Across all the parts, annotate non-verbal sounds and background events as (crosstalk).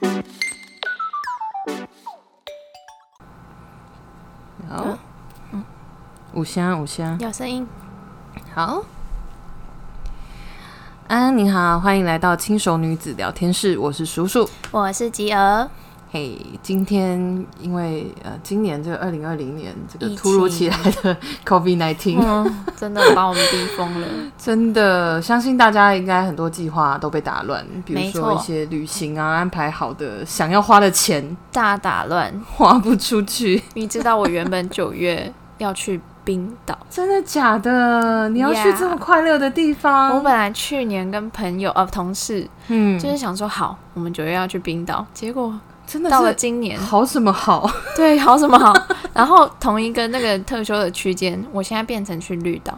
嗯嗯五香五啊香，有声音。好。安安你好，欢迎来到轻熟女子聊天室，我是叔叔。我是吉儿，嘿、今天因为呃，今年这个二零二零年这疫个情突如其来的 (laughs) COVID nineteen，、嗯，真的把我们逼疯了。真的相信大家应该很多计划都被打乱，比如没说错一些旅行啊，安排好的想要花的钱 (laughs) 大打乱。花不出 (laughs) 去，你知道我原本九月要去冰岛，真的假的？你要去 Yeah 这么快乐的地我方？本来去年跟朋友呃同事嗯，就是想说好，我们九月要去冰岛，结果真的到了是今 (laughs) 年，好什么好？对，好什么好？然后同一个那个特休的区间，我现在变成去绿岛，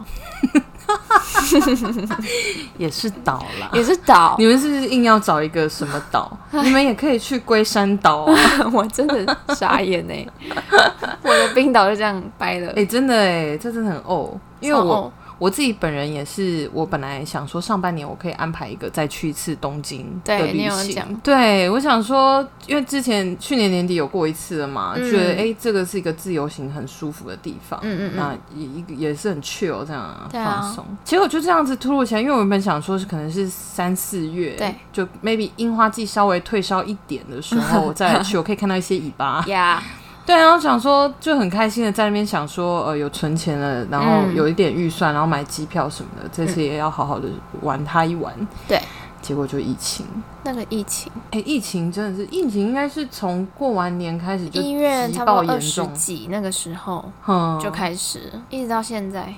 也是岛啦。也是岛你，们是不是硬要找一个什么岛？你们也可以去龟山岛、啊。 (laughs) (laughs) 我真的傻眼哎、 (laughs) 我的冰岛就这样掰了哎、，真的哎、这真的很哦。因为超我呕我自己本人也是，我本来想说上半年我可以安排一个再去一次东京的对你旅有行讲。对，我想说，因为之前去年年底有过一次了嘛，嗯觉得哎、诶这个是一个自由行很舒服的地方。嗯嗯嗯，那也一个也是很 chill 这样、对啊放松，结果就这样子突如其来，因为我原本想说是可能是三四月，对，就 maybe 樱花季稍微退烧一点的时 (laughs) 候我再来去，我可以看到一些尾巴。呀、对，啊然后想说就很开心的在那边想说，呃，有存钱了，然后嗯有一点预算，然后买机票什么的，这次也要好好的玩它一玩。对，结果就疫情，那个疫情，哎，疫情真的是，疫情应该是从过完年开始就一月急差爆不多二严十重，几那个时候嗯，就开始，一直到现在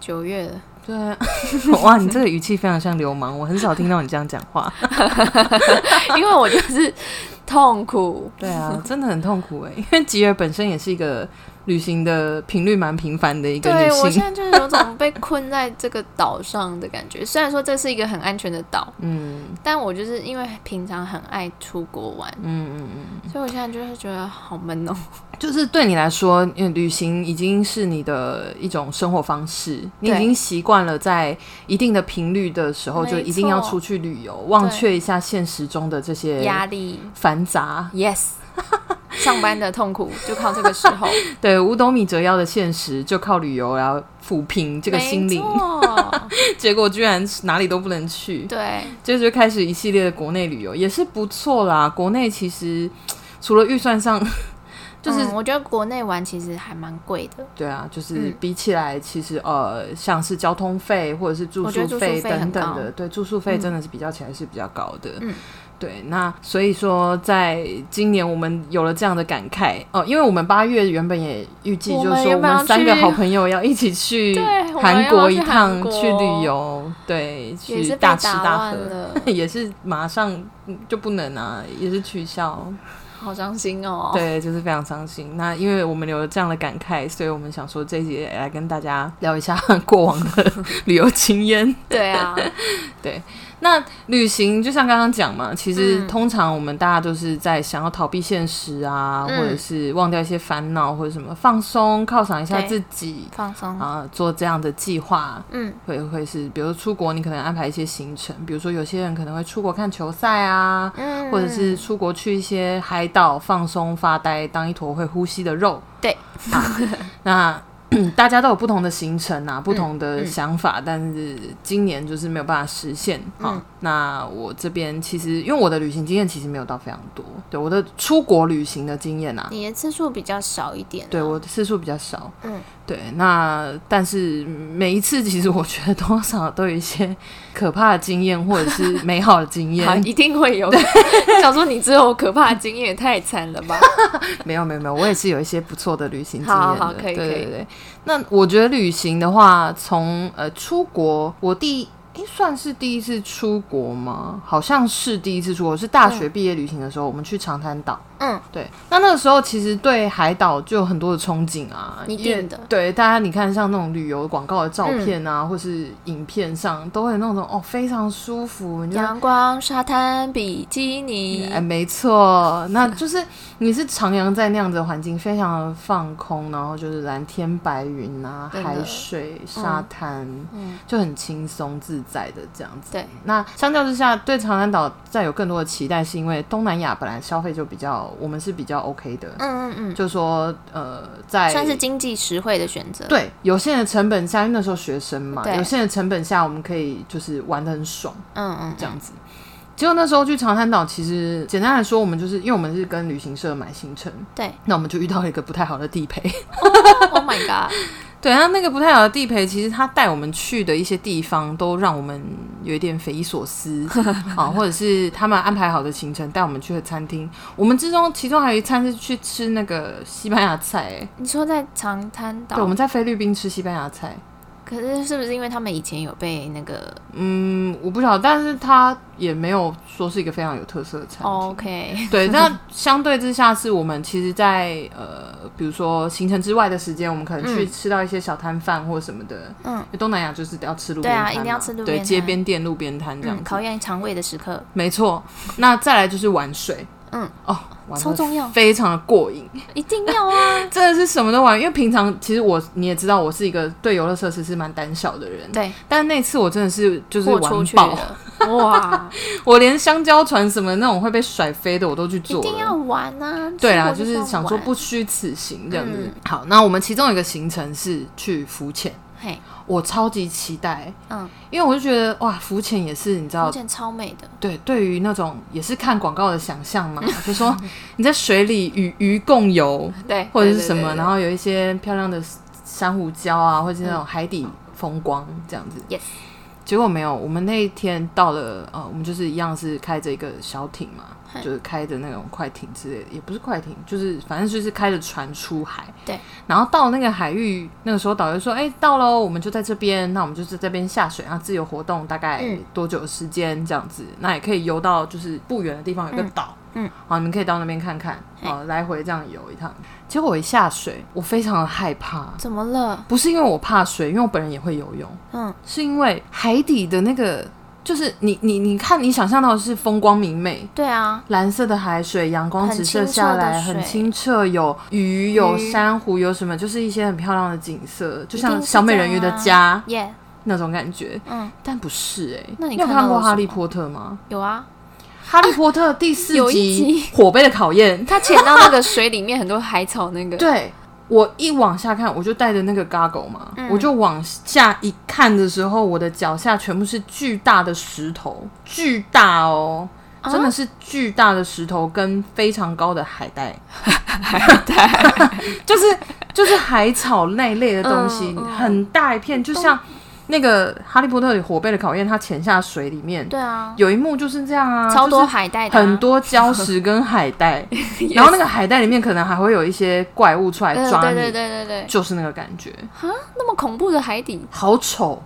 九月 (laughs) 了。对啊， (laughs) 哇，你这个语气非常像流氓，我很少听到你这样讲话。因为我就是痛苦， (laughs) 对 (laughs) 啊，真的很痛苦哎，因为吉尔本身也是一个旅行的频率蛮频繁的一个对女我现性。在就是有种被困在这个岛上的感觉。虽然说这是一个很安全的岛，嗯但我就是因为平常很爱出国玩，嗯嗯嗯，所以我现在就是觉得好闷哦。就是对你来说，因为旅行已经是你的一种生活方式，你已对经习惯了在一定的频率的时候没就一定要错出去旅游，忘却一下现实中的这些压力繁杂。 ，yes，上班的痛苦就靠这个时候，对，五斗米折腰的现实，就靠旅游来抚平 (laughs) 这个心灵没。错结果居然哪里都不能去，对，接着就开始一系列的国内旅游，也是不错啦。国内其实除了预算上， (laughs) 就是、嗯我觉得国内玩其实还蛮贵的，对啊，就是嗯比起来，其实、呃，像是交通费或者是住我觉得宿住宿费费等很等的，高对，住宿费真的是比较起来是比较高的。嗯对，那所以说，在今年我们有了这样的感慨哦、因为我们八月原本也预计，我就们是说我原本们要三个去好朋友要一起去 (laughs) 对我们韩要国去一韩趟国去旅游，对，也去是被大吃大打乱喝。了， (laughs) 也是马上嗯就不能啊，也是取消，好伤心哦。对，就是非常伤心。那因为我们有了这样的感慨，所以我们想说这一集也来跟大家聊一下 (laughs) 过往 (laughs) 的旅游经验。对啊，那旅行就像刚刚讲嘛，其实嗯通常我们大家都是在想要逃避现实啊，嗯或者是忘掉一些烦恼或者什么，放松犒赏一下对自己放松，啊、做这样的计划。嗯，会会是，比如说出国，你可能安排一些行程，比如说有些人可能会出国看球赛啊，嗯，或者是出国去一些海岛放松发呆，当一坨会呼吸的肉。对啊，那 (clears throat) 大家都有不同的行程啊，不同的嗯想法，但是今年就是没有办法实现啊。嗯那我这边其实因为我的旅行经验其实没有到非常多，对我的出国旅行的经验啊，你的次数比较少一点啊，对我的次数比较少，嗯，对，那但是每一次其实我觉得多少都有一些可怕的经验或者是美好的经验 (laughs) 好，，一定会有。想说你只有可怕的经验，也太惨 (laughs) 了吧？没有没有没有，我也是有一些不错的旅行经验的。好好可对以可以对对。那我觉得旅行的话，从呃出国，我第诶算是第一次出国吗？好像是第一次出国，是大学毕业旅行的时候，我们去长滩岛。嗯，对，那那个时候其实对海岛就有很多的憧憬啊，一因为定的嗯对，大家你看像那种旅游广告的照片啊，或是影片上，都会有那种哦非常舒服，你就阳光、沙滩、比基尼哎，，没错，那就是你是徜徉在那样子的环境，非常的放空，然后就是蓝天白云啊，真的海水、沙滩，嗯就很轻松自在的这样子。对，那相较之下，对长滩岛再有更多的期待，是因为东南亚本来消费就比较较我们是比较 OK 的，嗯嗯就说呃，在嗯，算是经济实惠的选择。对有限的成本下，因为那时候学生嘛，对有限的成本下，我们可以就是玩的很爽嗯嗯，这样子。结果那时候去长滩岛，其实简单来说，我们就是因为我们是跟旅行社买行程，对。那我们就遇到了一个不太好的地陪。 (laughs) Oh my god！ (laughs) 对，他那个不太好的地陪，其实他带我们去的一些地方，都让我们有一点匪夷所思 (laughs) 啊，或者是他们安排好的行程带我们去的餐厅，我们之中其中还有一餐是去吃那个西班牙菜、欸，你说在长滩对，我岛，们在菲律宾吃西班牙菜，可是是不是因为他们以前有被那个嗯，我不晓得，但是他也没有说是一个非常有特色的餐厅。哦 OK？ (laughs) 对，那相对之下，是我们其实在，呃，比如说行程之外的时间，我们可能去吃到一些小摊贩或什么的。嗯因为东南亚就是要吃路对边摊啊嘛，一定要吃路边对，摊街边店、路边摊这样嗯，子。考验肠胃的时刻，没错，那再来就是玩水，嗯，哦，玩超的重要，非常的过瘾， (laughs) 一定要啊！真的是什么都玩。因为平常其实我你也知道，我是一个对游乐设施是蛮胆小的人，对，但那次我真的是就是豁玩出去爆，了，哇！我连香蕉船什么那种会被甩飞的我都去一做定了要。玩啊！对啦，啊，就是要想说玩不，虚此行这样子。嗯好，那我们其中有一个行程是去浮潜，嘿，我超级期待，嗯，因为我就觉得哇，浮潜也是你知浮道，潜超美的，对，对于那种也是看广告的想象 (laughs) 嘛，就说你在水里与鱼共游对，或者是什么，然后后有一些漂亮的珊瑚礁啊，或者是那种海底风光这样子。嗯 yes，结果没有，我们那一天到了，呃，我们就是一样是开着一个小艇嘛，嗯就是开着那种快艇之类的，也不是快艇，就是反正就是开着船出海。对。然后到那个海域，那个时候导游说：“哎、到喽，我们就在这边，那我们就在这边下水，然后自由活动大概嗯多久的时间这样子？那也可以游到就是不远的地方有个岛，嗯嗯，好，你们可以到那边看看，嗯好，来回这样游一趟。结果我一下水，我非常的害怕，怎么了？不是因为我怕水，因为我本人也会游泳。嗯，是因为海底的那个，就是你你你看，你想象到的是风光明媚。对啊，蓝色的海水，阳光直射下来，很很清清澈，有鱼，有鱼珊瑚，有什么，就是一些很漂亮的景色，就一像定是小美人鱼的这家耶、那种感觉。嗯，但不是哎、那你有看到看过《了哈什利么波特》吗？有啊， 《哈利波特》第四有一集集《火杯的考验》，他潜到那个水里面，很多海草那个，对我一往下看，我就带着那个 goggle 嘛，嗯我就往下一看的时候，我的脚下全部是巨大的石头，巨大哦。啊真的是巨大的石头跟非常高的海带， (laughs) 就是就是海草那一类的东西，嗯嗯很大一片，就像那个《哈利波特》里火杯的考验，他潜下水里面对啊，有一幕就是这样啊，超就多是海带的啊、很多礁石跟海 (laughs) 带，然后那个海带里面可能还会有一些怪物出来呃，抓对你，对对对对，就是那个感觉，那么恐怖的海底，好 (laughs) 丑。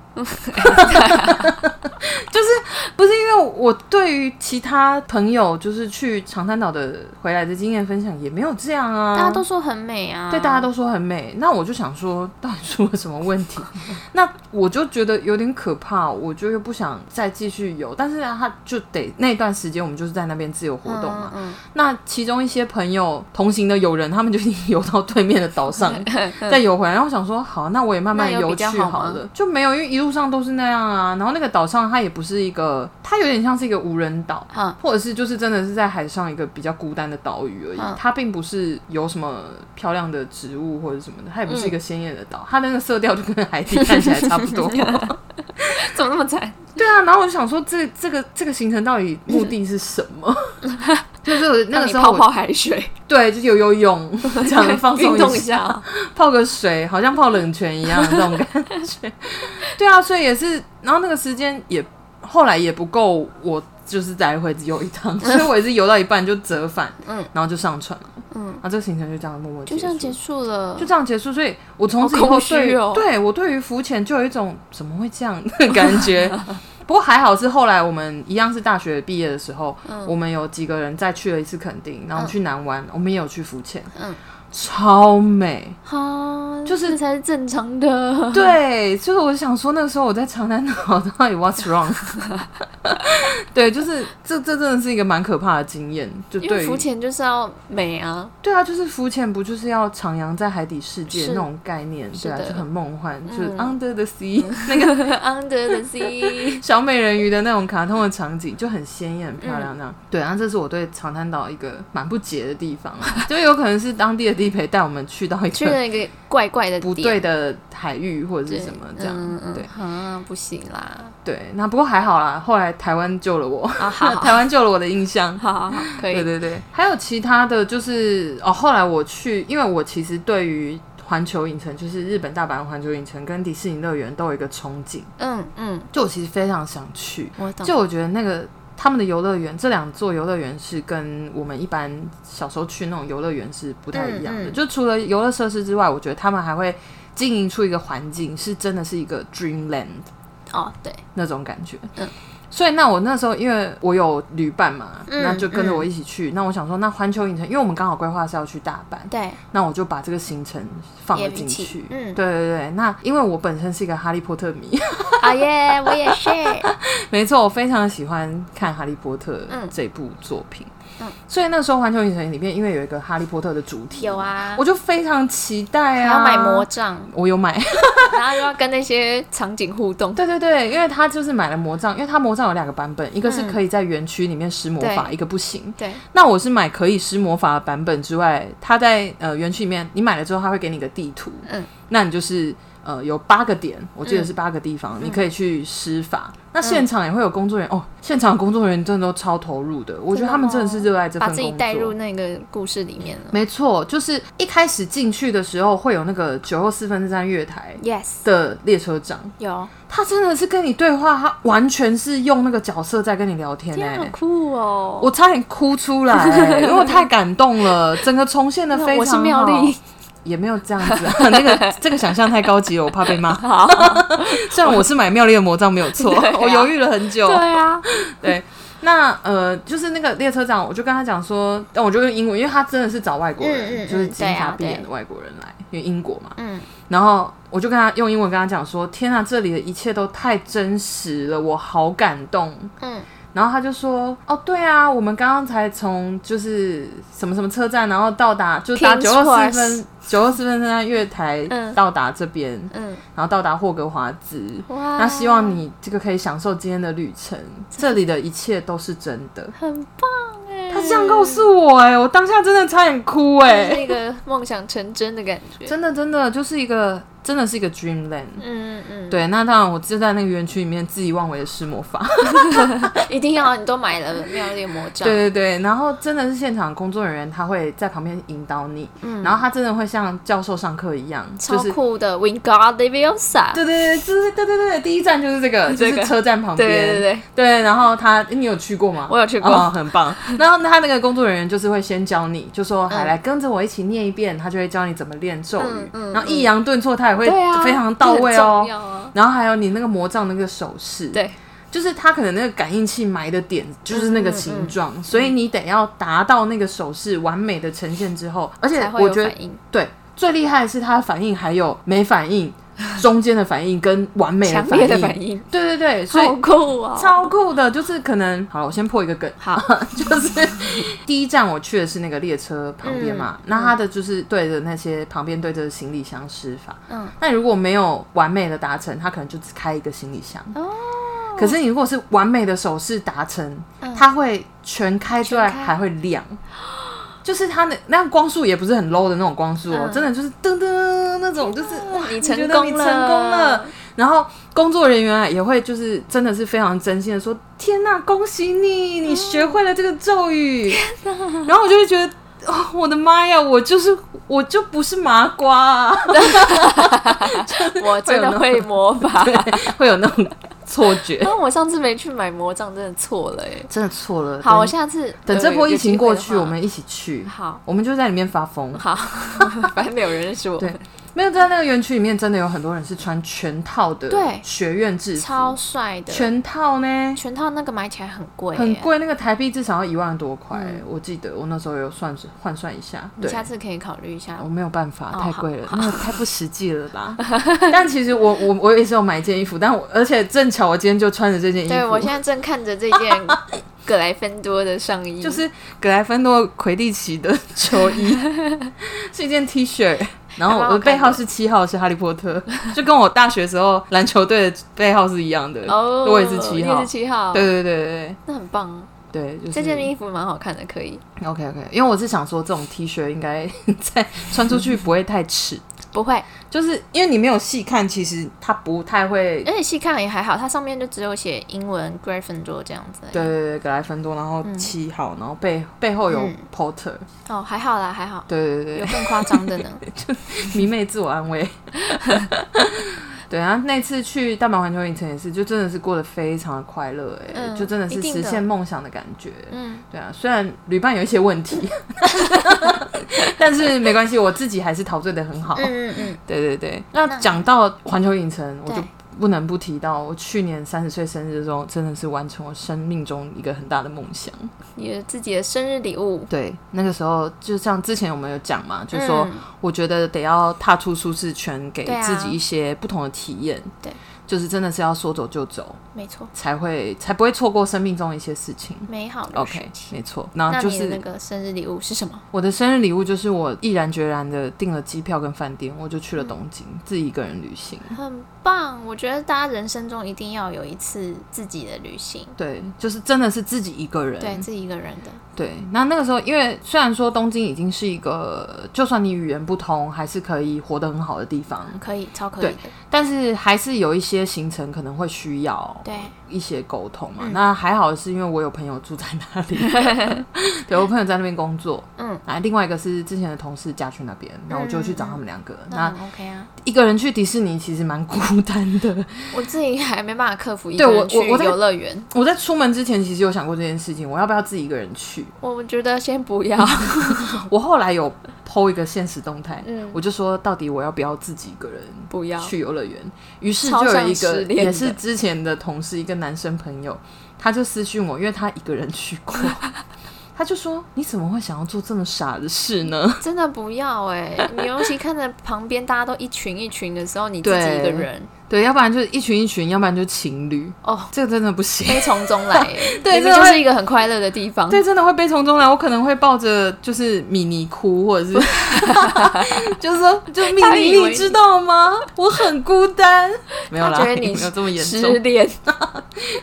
就是不是因为我对于其他朋友就是去长滩岛的回来的经验分享也没有这样啊，大家都说很美啊，对大家都说很美，那我就想说到底出了什么问题？那我就觉得有点可怕，我就又不想再继续游，但是呢他就得那段时间我们就是在那边自由活动嘛，嗯，那其中一些朋友同行的友人，他们就已经游到对面的岛上， (laughs) 再游回来。然后我想说，好，那我也慢慢那有游比去较好吗好了，就没有，因为一路上都是那样啊。然后那个岛上它也不是一个，它有点像是一个无人岛。好、或者是就是真的是在海上一个比较孤单的岛屿而已，嗯它并不是有什么漂亮的植物或者什么的，它也不是一个鲜艳的岛，它的那个色调就跟海底看起来差不多。(laughs) (laughs) 嗯，怎么那么惨？对啊，然后我就想说这这个这个行程到底目的是什么？ (laughs) 就是我那让个你时候泡我泡海水，对，就游游泳， (laughs) 这样放松运动一一下，下，泡个水，好像泡冷泉一样那种感觉。对啊，所以也是，然后那个时间也后来也不够，我就是来回只游一 (laughs) 趟，所以我也是游到一半就折返，嗯然后就上船了，嗯然后这个行程就这样默默就这样结束。束了，就这样结束，所以我从此以好后空虚对、哦对我对于浮潜就有一种怎么会这样的感 (laughs) 觉。不过还好是后来我们一样是大学毕业的时候，嗯我们有几个人再去了一次垦丁，然后去南湾，我们也有去浮潜，嗯超美。哈，就是这才是正常的，对，就是我想说，那个时候我在长滩岛到底 what's wrong？ (laughs) 对，就是这这真的是一个蛮可怕的经验，就因对为于浮潜就是要美啊，对啊，就是浮潜不就是要徜徉在海底世界是那种概念？对啊，是的就很梦幻，就是嗯 under the sea、那个 (laughs) Under the Sea，小美人鱼的那种卡通的场景，就很鲜艳、很漂亮那样。嗯对，然后这是我对长滩岛一个蛮不解的地方啊， (laughs) 就有可能是当地的地陪带我们去到一去个了一个怪怪的不点对的海域或者是对什么这样。嗯嗯对嗯啊，不行 (laughs) 啦，对，那不过还好啦，后来台湾救了我，啊好好 (laughs) 台湾救了我的印象。好好好，可对以，对对，还有其他的就是哦，后来我去，因为我其实对于环球影城，就是日本大阪环球影城跟迪士尼乐园都有一个憧憬，嗯嗯，就我其实非常想去，我懂，就我觉得那个他们的游乐园，这两座游乐园是跟我们一般小时候去那种游乐园是不太一样的。嗯嗯就除了游乐设施之外，我觉得他们还会经营出一个环境，是真的是一个 dreamland 哦对，那种感觉。嗯所以那我那时候因为我有旅伴嘛，嗯那就跟着我一起去。那我想说，那环球影城，因为我们刚好规划是要去大阪，对，那我就把这个行程放了也进一起去。对对嗯对，那因为我本身是一个哈利波特迷， (laughs) 啊耶，我也是，没错，我非常喜欢看《哈利波特》嗯这部作品。嗯所以那时候环球影城里面，因为有一个《哈利波特》的主题，(laughs) 有，啊我，就非常期待还啊。要买魔，杖，我有买。 (laughs) 然后又要跟那些场景互动，对对对，因为他就是买了魔杖，因为他魔杖有两个版本，一个是嗯可以在园区里面施魔法，对一个不行。对，那我是买可以施魔法的版本之外，他在呃园区里面，你买了之后，他会给你个地图，嗯，那你就是呃有八个点，我记得是八个地方，你可以去施法。嗯那现场也会有工作人员、哦，现场工作人员真的都超投入的，我觉得他们真的是热爱这份把工自作。己带入那个故事里面了没错，就是一开始进去的时候会有那个九又四分之三月台，yes，的列车长，有，他真的是跟你对话，他完全是用那个角色在跟你聊天呢、欸天啊，好酷哦，我差点哭出来、因为我太感动了，整个重现的非常好。我是妙丽，也没有这样子、啊， (laughs) 那个这个想象太高级了，我怕被骂。 (laughs) 好， (laughs) 虽然我是买妙丽的魔杖没有错，对啊我犹豫了很久 (laughs) 对。啊，对，那呃，就是那个列车长，我就跟他讲说，哦但我就用英文，因为他真的是找外国人，嗯嗯嗯就是金对发啊碧眼的外国人来，因为英国嘛。嗯，然后我就跟他用英文跟他讲说：“天啊，这里的一切都太真实了，我好感动。”嗯，然后他就说：“哦，对啊，我们刚刚才从就是什么什么车站，然后到达就搭 King's 九二四 Cross 分九二四分站月台，嗯到达这边，嗯，然后到达霍格华兹。哇，那希望你这个可以享受今天的旅程，这里的一切都是真的。”很棒哎，他这样告诉我、哎，我当下真的差点哭、就哎，是一个梦想成真的感觉。真的真的就是一个真的是一个 dreamland。嗯嗯，对，那当然，我就在那个园区里面恣意妄为的施魔法。嗯一定要你都买了妙丽魔杖，对对对，然后真的是现场工作人员他会在旁边引导你，嗯然后他真的会像教授上课一样，就超是。酷的 w i n g a r d i v i o s a 对对对，就是对对对，第一站就是这个，就这个是车站旁对边。对对对，对然后他，诶你有去过吗？我有去过哦很棒。然后他那个工作人员就是会先教你，就说：“嗯来来，跟着我一起念一遍。”他就会教你怎么练咒语嗯，嗯然后抑扬顿挫他也会对啊，非常到位哦这很重。要啊然后还有你那个魔杖那个手势，对，就是他可能那个感应器埋的点就是那个形状，嗯所以你得要达到那个手势完美的呈现之后，而且才会我有觉得反应，对最厉害的是他的反应，还有没反应、中间的反应跟完美的强反烈应，的反应，对对对，所以好酷啊！超酷的，就是可能好了，我先破一个梗，好， (laughs) 就是第一站我去的是那个列车旁边嗯嘛，那他的就是对着那些旁边对着行李箱施法，嗯，那如果没有完美的达成，他可能就只开一个行李箱哦。可是你如果是完美的手势达成，嗯它会全开之外全开还会亮，就是它的那光束也不是很 low 的那种光束哦，嗯真的就是噔噔那种，就是哇你觉成得功你成了，功了，然后工作人员啊也会就是真的是非常真心的说：“天呐，恭喜你，你学会了这个咒语。然后我就会觉得。哦，我的妈呀！我就是，我就不是麻瓜、啊， (laughs) 我真的会魔法。会有那种错觉，但我上次没去买魔杖，真的错了哎。真的错了。好，等我下次等呃这波有疫机情会过的去，话我们一起去，好我们就在里面发疯。好，反正没有人认识我。对， (laughs) 没有在那个园区里面，真的有很多人是穿全套的对学院制服，超帅的。全套呢，全套那个买起来很贵，欸很。贵，那个台嗯币至少要一万多块、我记得我那时候有算换算一下，你对。下次可以考虑一下我。没有办法，哦太贵了，那个太不实际了啦。 (laughs) 但其实我我我也是有买一件衣服，但我而且正巧我今天就穿着这件衣服，对我现在正看着这件格莱芬多的上 (laughs) 衣，就是格莱芬多魁地奇的球 (laughs) 衣，是一件 T 恤，然后还蛮我好的看的背号是七号，是哈利波 (laughs) 特，就跟我大学时候篮球队的背号是一样的。哦，我也是七号你也是七号，对，对对对那很棒啊。对，就是这件衣服蛮好看的，可以 OK OK，因为我是想说这种 T 恤应该 (laughs) 在穿出去不会太耻，不会？就是因为你没有细看，其实它不太会。而且细看也还好，它上面就只有写英文 Gryffindor 这样子而已。对对对，格莱芬多，然后七号，然后背背后有嗯 Porter，、哦，还好啦，还好，对对对有，更夸张的 (laughs) 呢。迷妹自我安慰。 (laughs) 对啊，那次去大阪环球影城也是，就真的是过得非常的快乐、哎、嗯就真的是一定实的现梦想的感觉。嗯，对啊，虽然旅伴有一些问题， (laughs) 但是没关系，我自己还是陶醉的很好。嗯嗯嗯，对对对，那讲到环球影城，我就对。不能不提到，我去年三十岁生日的时候，真的是完成我生命中一个很大的梦想。你的自己的生日礼物，对，那个时候就像之前我们有讲嘛，就说、嗯我觉得得要踏出舒适圈，给对啊自己一些不同的体验。对就是真的是要说走就走，没错，才会才不会错过生命中一些事情。美好的事 OK，情。没错。然后那就你的是那个生日礼物是什么？我的生日礼物，就是我毅然决然的订了机票跟饭店，我就去了东嗯京，自己一个人旅行。很棒，我觉得大家人生中一定要有一次自己的旅行，对，就是真的是自己一个人。对自己一个人的，对，那那个时候，因为虽然说东京已经是一个，就算你语言不通，还是可以活得很好的地方，可以，超可以对的。但是还是有一些行程可能会需要。对，一些沟通嘛。嗯那还好是因为我有朋友住在那 (laughs) 里，对我朋友在那边工作，嗯，啊，另外一个是之前的同事家去那边，然后我就去找他们两个。那那很 OK 啊。一个人去迪士尼其实蛮孤单的。我自己还没办法克服一对个我人去我我在游乐园，我在出门之前其实有想过这件事情，我要不要自己一个人去？我觉得先不要。我后来有 PO 一个现实动态。嗯， (laughs) 我就说，到底我要不要自己一个人不要。去游乐园？于是超就有像一失个恋的也是之前的同事，一个男生朋友，他就私讯我，因为他一个人去过， (laughs) 他就说：“你怎么会想要做这么傻的事呢 (laughs) 真的不要哎、你尤其看着旁边大家都一群一群的时候，你自己对一个人？”对，要不然就是一群一群，要不然就情侣，哦，这个真的不行。悲从中来、欸， (laughs) 对真明明的就会是一个很快乐的地方。对，真的会悲从中来。我可能会抱着就是米妮哭，或者 (laughs) 是就是说，就米他以妮，为你知道吗？我很孤单。 (laughs) 没有他啦，觉得你没有这么严重失。恋，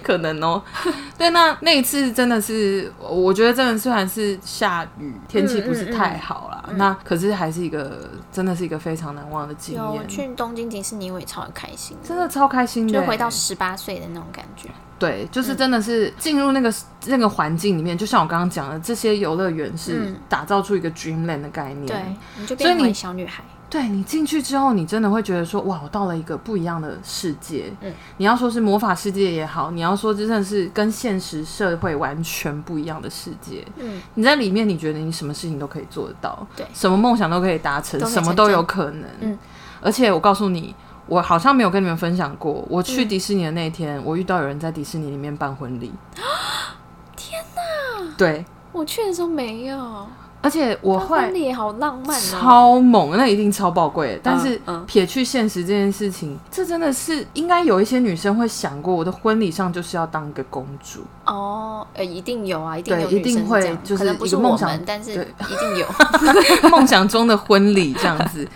可能哦。 (laughs) 对，那那一次真的是，我觉得真的虽然是下雨，天气不是太好啦，那可是还是一个真的是一个非常难忘的经啊有我验，去东京迪士尼，我也超开心的，真的超开心的、就回到十八岁的那种感觉。对，就是真的是进入那个、那个环境里面，就像我刚刚讲的，这些游乐园是嗯打造出一个 dreamland 的概念。对，你就所变以你回小女孩，对你进去之后，你真的会觉得说，哇，我到了一个不一样的世界。嗯，你要说是魔法世界也好，你要说真的是跟现实社会完全不一样的世界。嗯，你在里面，你觉得你什么事情都可以做得到，对什么梦想都可以达成都，可以什么都有可能。嗯，而且我告诉你，我好像没有跟你们分享过，我嗯去迪士尼的那一天，我遇到有人在迪士尼里面办婚礼。哦天哪！对，我去的时候没有，而且我那后来婚礼也好浪漫哦，超猛，那一定超宝贵。但是嗯撇去现实这件事情，这真的是应该有一些女生会想过，我的婚礼上就是要当一个公 (laughs) 主。哦，呃，一定有啊，一定对有一女生定会这样就是可能不一是个梦我想们，但是对一定 (laughs) 有，梦想中的婚礼这样子。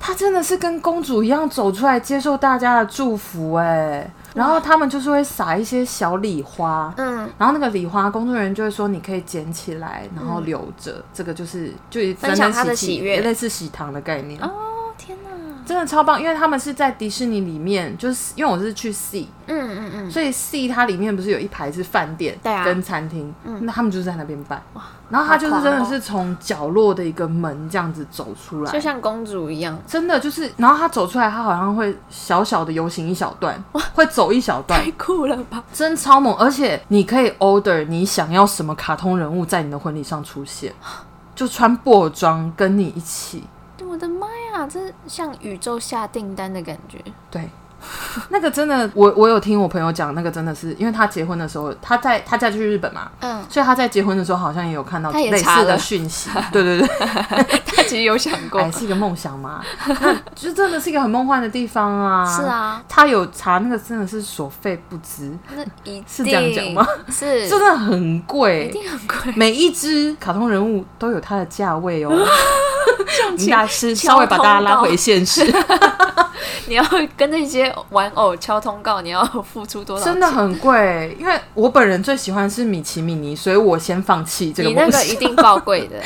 她真的是跟公主一样走出来，接受大家的祝福哎、然后他们就是会撒一些小礼花，嗯，然后那个礼花工作人员就会说你可以捡起来，然后留着。这个就是就是分享她的喜喜悦类似喜糖的概念。哦天哪，真的超棒，因为他们是在迪士尼里面，就是因为我是去 C，嗯嗯嗯，所以 C 它里面不是有一排是饭店对啊跟餐厅，那他们就是在那边办。哇然后他就是真的好狂哦是从角落的一个门这样子走出来，就像公主一样，真的就是，然后他走出来，他好像会小小的游行一小段，会走一小段，太酷了吧？真超猛！而且你可以 order 你想要什么卡通人物在你的婚礼上出现，就穿薄装跟你一起。我的妈呀！啊，这是像宇宙下订单的感觉。 (laughs) 对，那个真的，我我有听我朋友讲，那个真的是，因为他结婚的时候，他在他嫁去日本嘛，嗯，所以他在结婚的时候好像也有看到他也类查似的了讯息。 (laughs) 对对 (laughs) 对，他其实有想过哎，，是一个梦想嘛， (laughs) 那就真的是一个很梦幻的地方啊。是，啊，他有查那个真的是所费不值，那一定 (laughs) 是这样讲吗？ (laughs) 是，真的很一贵。定很贵。每一只卡通人物都有它的价 (laughs) 位哦， (laughs) 我们大师敲稍微把大家通拉告回现实， (laughs) 你要跟那些玩偶敲通告，你要付出多少？真的，很贵。因为我本人最喜欢是米奇米妮，所以我先放弃这个你梦那想 (laughs) 个。一定爆贵的。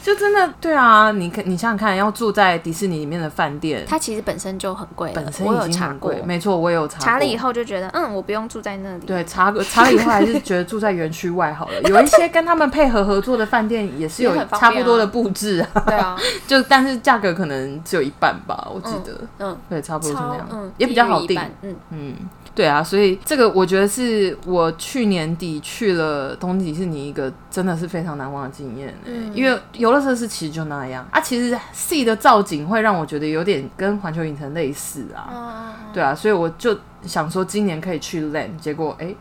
就真的对啊，你看你想想看，要住在迪士尼里面的饭店，它其实本身就很贵了，本身我已有经查很过贵，，没错，我也有查过。查了以后就觉得，嗯，我不用住在那里。对，查个查了以后还是觉得住在园区外好了。有一些跟他们配合合作的饭店也是有也很方差便啊不多的布置啊，对啊，就但是价格可能只有一半吧，我记得。嗯，对，差不多是超那样，嗯也比较好低于一定。半嗯，嗯，对啊，所以这个我觉得是我去年底去了东京迪士尼一个真的是非常难忘的经验、欸嗯因为游乐设施其实就那样啊，其实 C 的造景会让我觉得有点跟环球影城类似啊，嗯，对啊，所以我就想说今年可以去 Land，结果哎、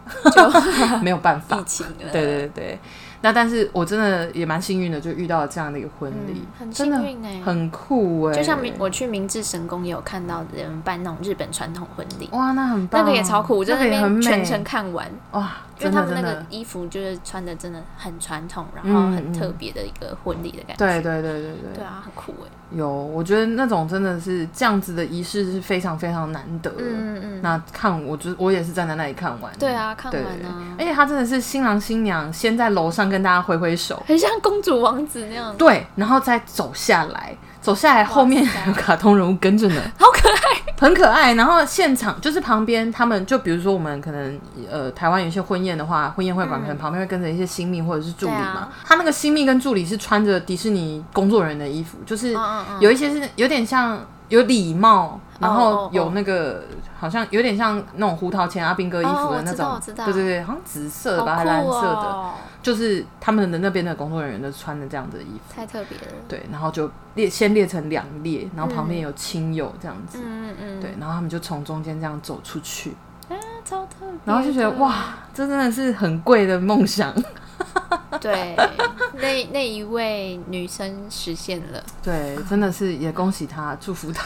(laughs) 没有办 (laughs) 法疫，情了，对对对，那但是我真的也蛮幸运的，就遇到了这样的一个婚礼嗯，，很真的幸运哎。很酷哎、就像明我去明治神宫也有看到人办那种日本传统婚礼，哇，那很棒，那个也超酷，我在那个也那很边美全程看完，哇，因为真他的们真那的嗯个。衣服就是穿的真的很传统，然后很特别的一个婚礼的感觉。对对对对对对啊，很酷哎。有，我觉得那种真的是这样子的仪式是非常非常难得的。嗯嗯嗯，呃那看我就我也是站在那里看完，对，啊，看对完啊而，且他真的是新郎新娘先在楼上跟大家挥挥手，很像公主王子那样，对，然后再走下来，走下来后面哇塞还有 (laughs) 卡通人物跟着呢， (laughs) 好可爱。很可爱。然后现场就是旁边他们就比如说我们可能呃台湾有一些婚宴的话，婚宴会馆嗯可能旁边会跟着一些新密或者是助理对嘛啊，他那个新密跟助理是穿着迪士尼工作人员的衣服，就是嗯嗯嗯，有一些是有点像有礼貌，然后哦有那个好像有点像那种胡桃钳阿兵哥衣服的那种，哦我知道我知道对对对，好像紫色的好吧，还酷蓝色的，哦，就是他们的那边的工作人员都穿的这样子的衣服，太特别了。对，然后就列先列成两列，然后旁边有亲友这样子，嗯嗯嗯，对，，然后他们就从中间这样走出去，超特别的。然后就觉得哇，这真的是很贵的梦想， (laughs) 对，那那一位女生实现 (laughs) 了，对，真的是也恭喜他，祝福 (laughs) 他，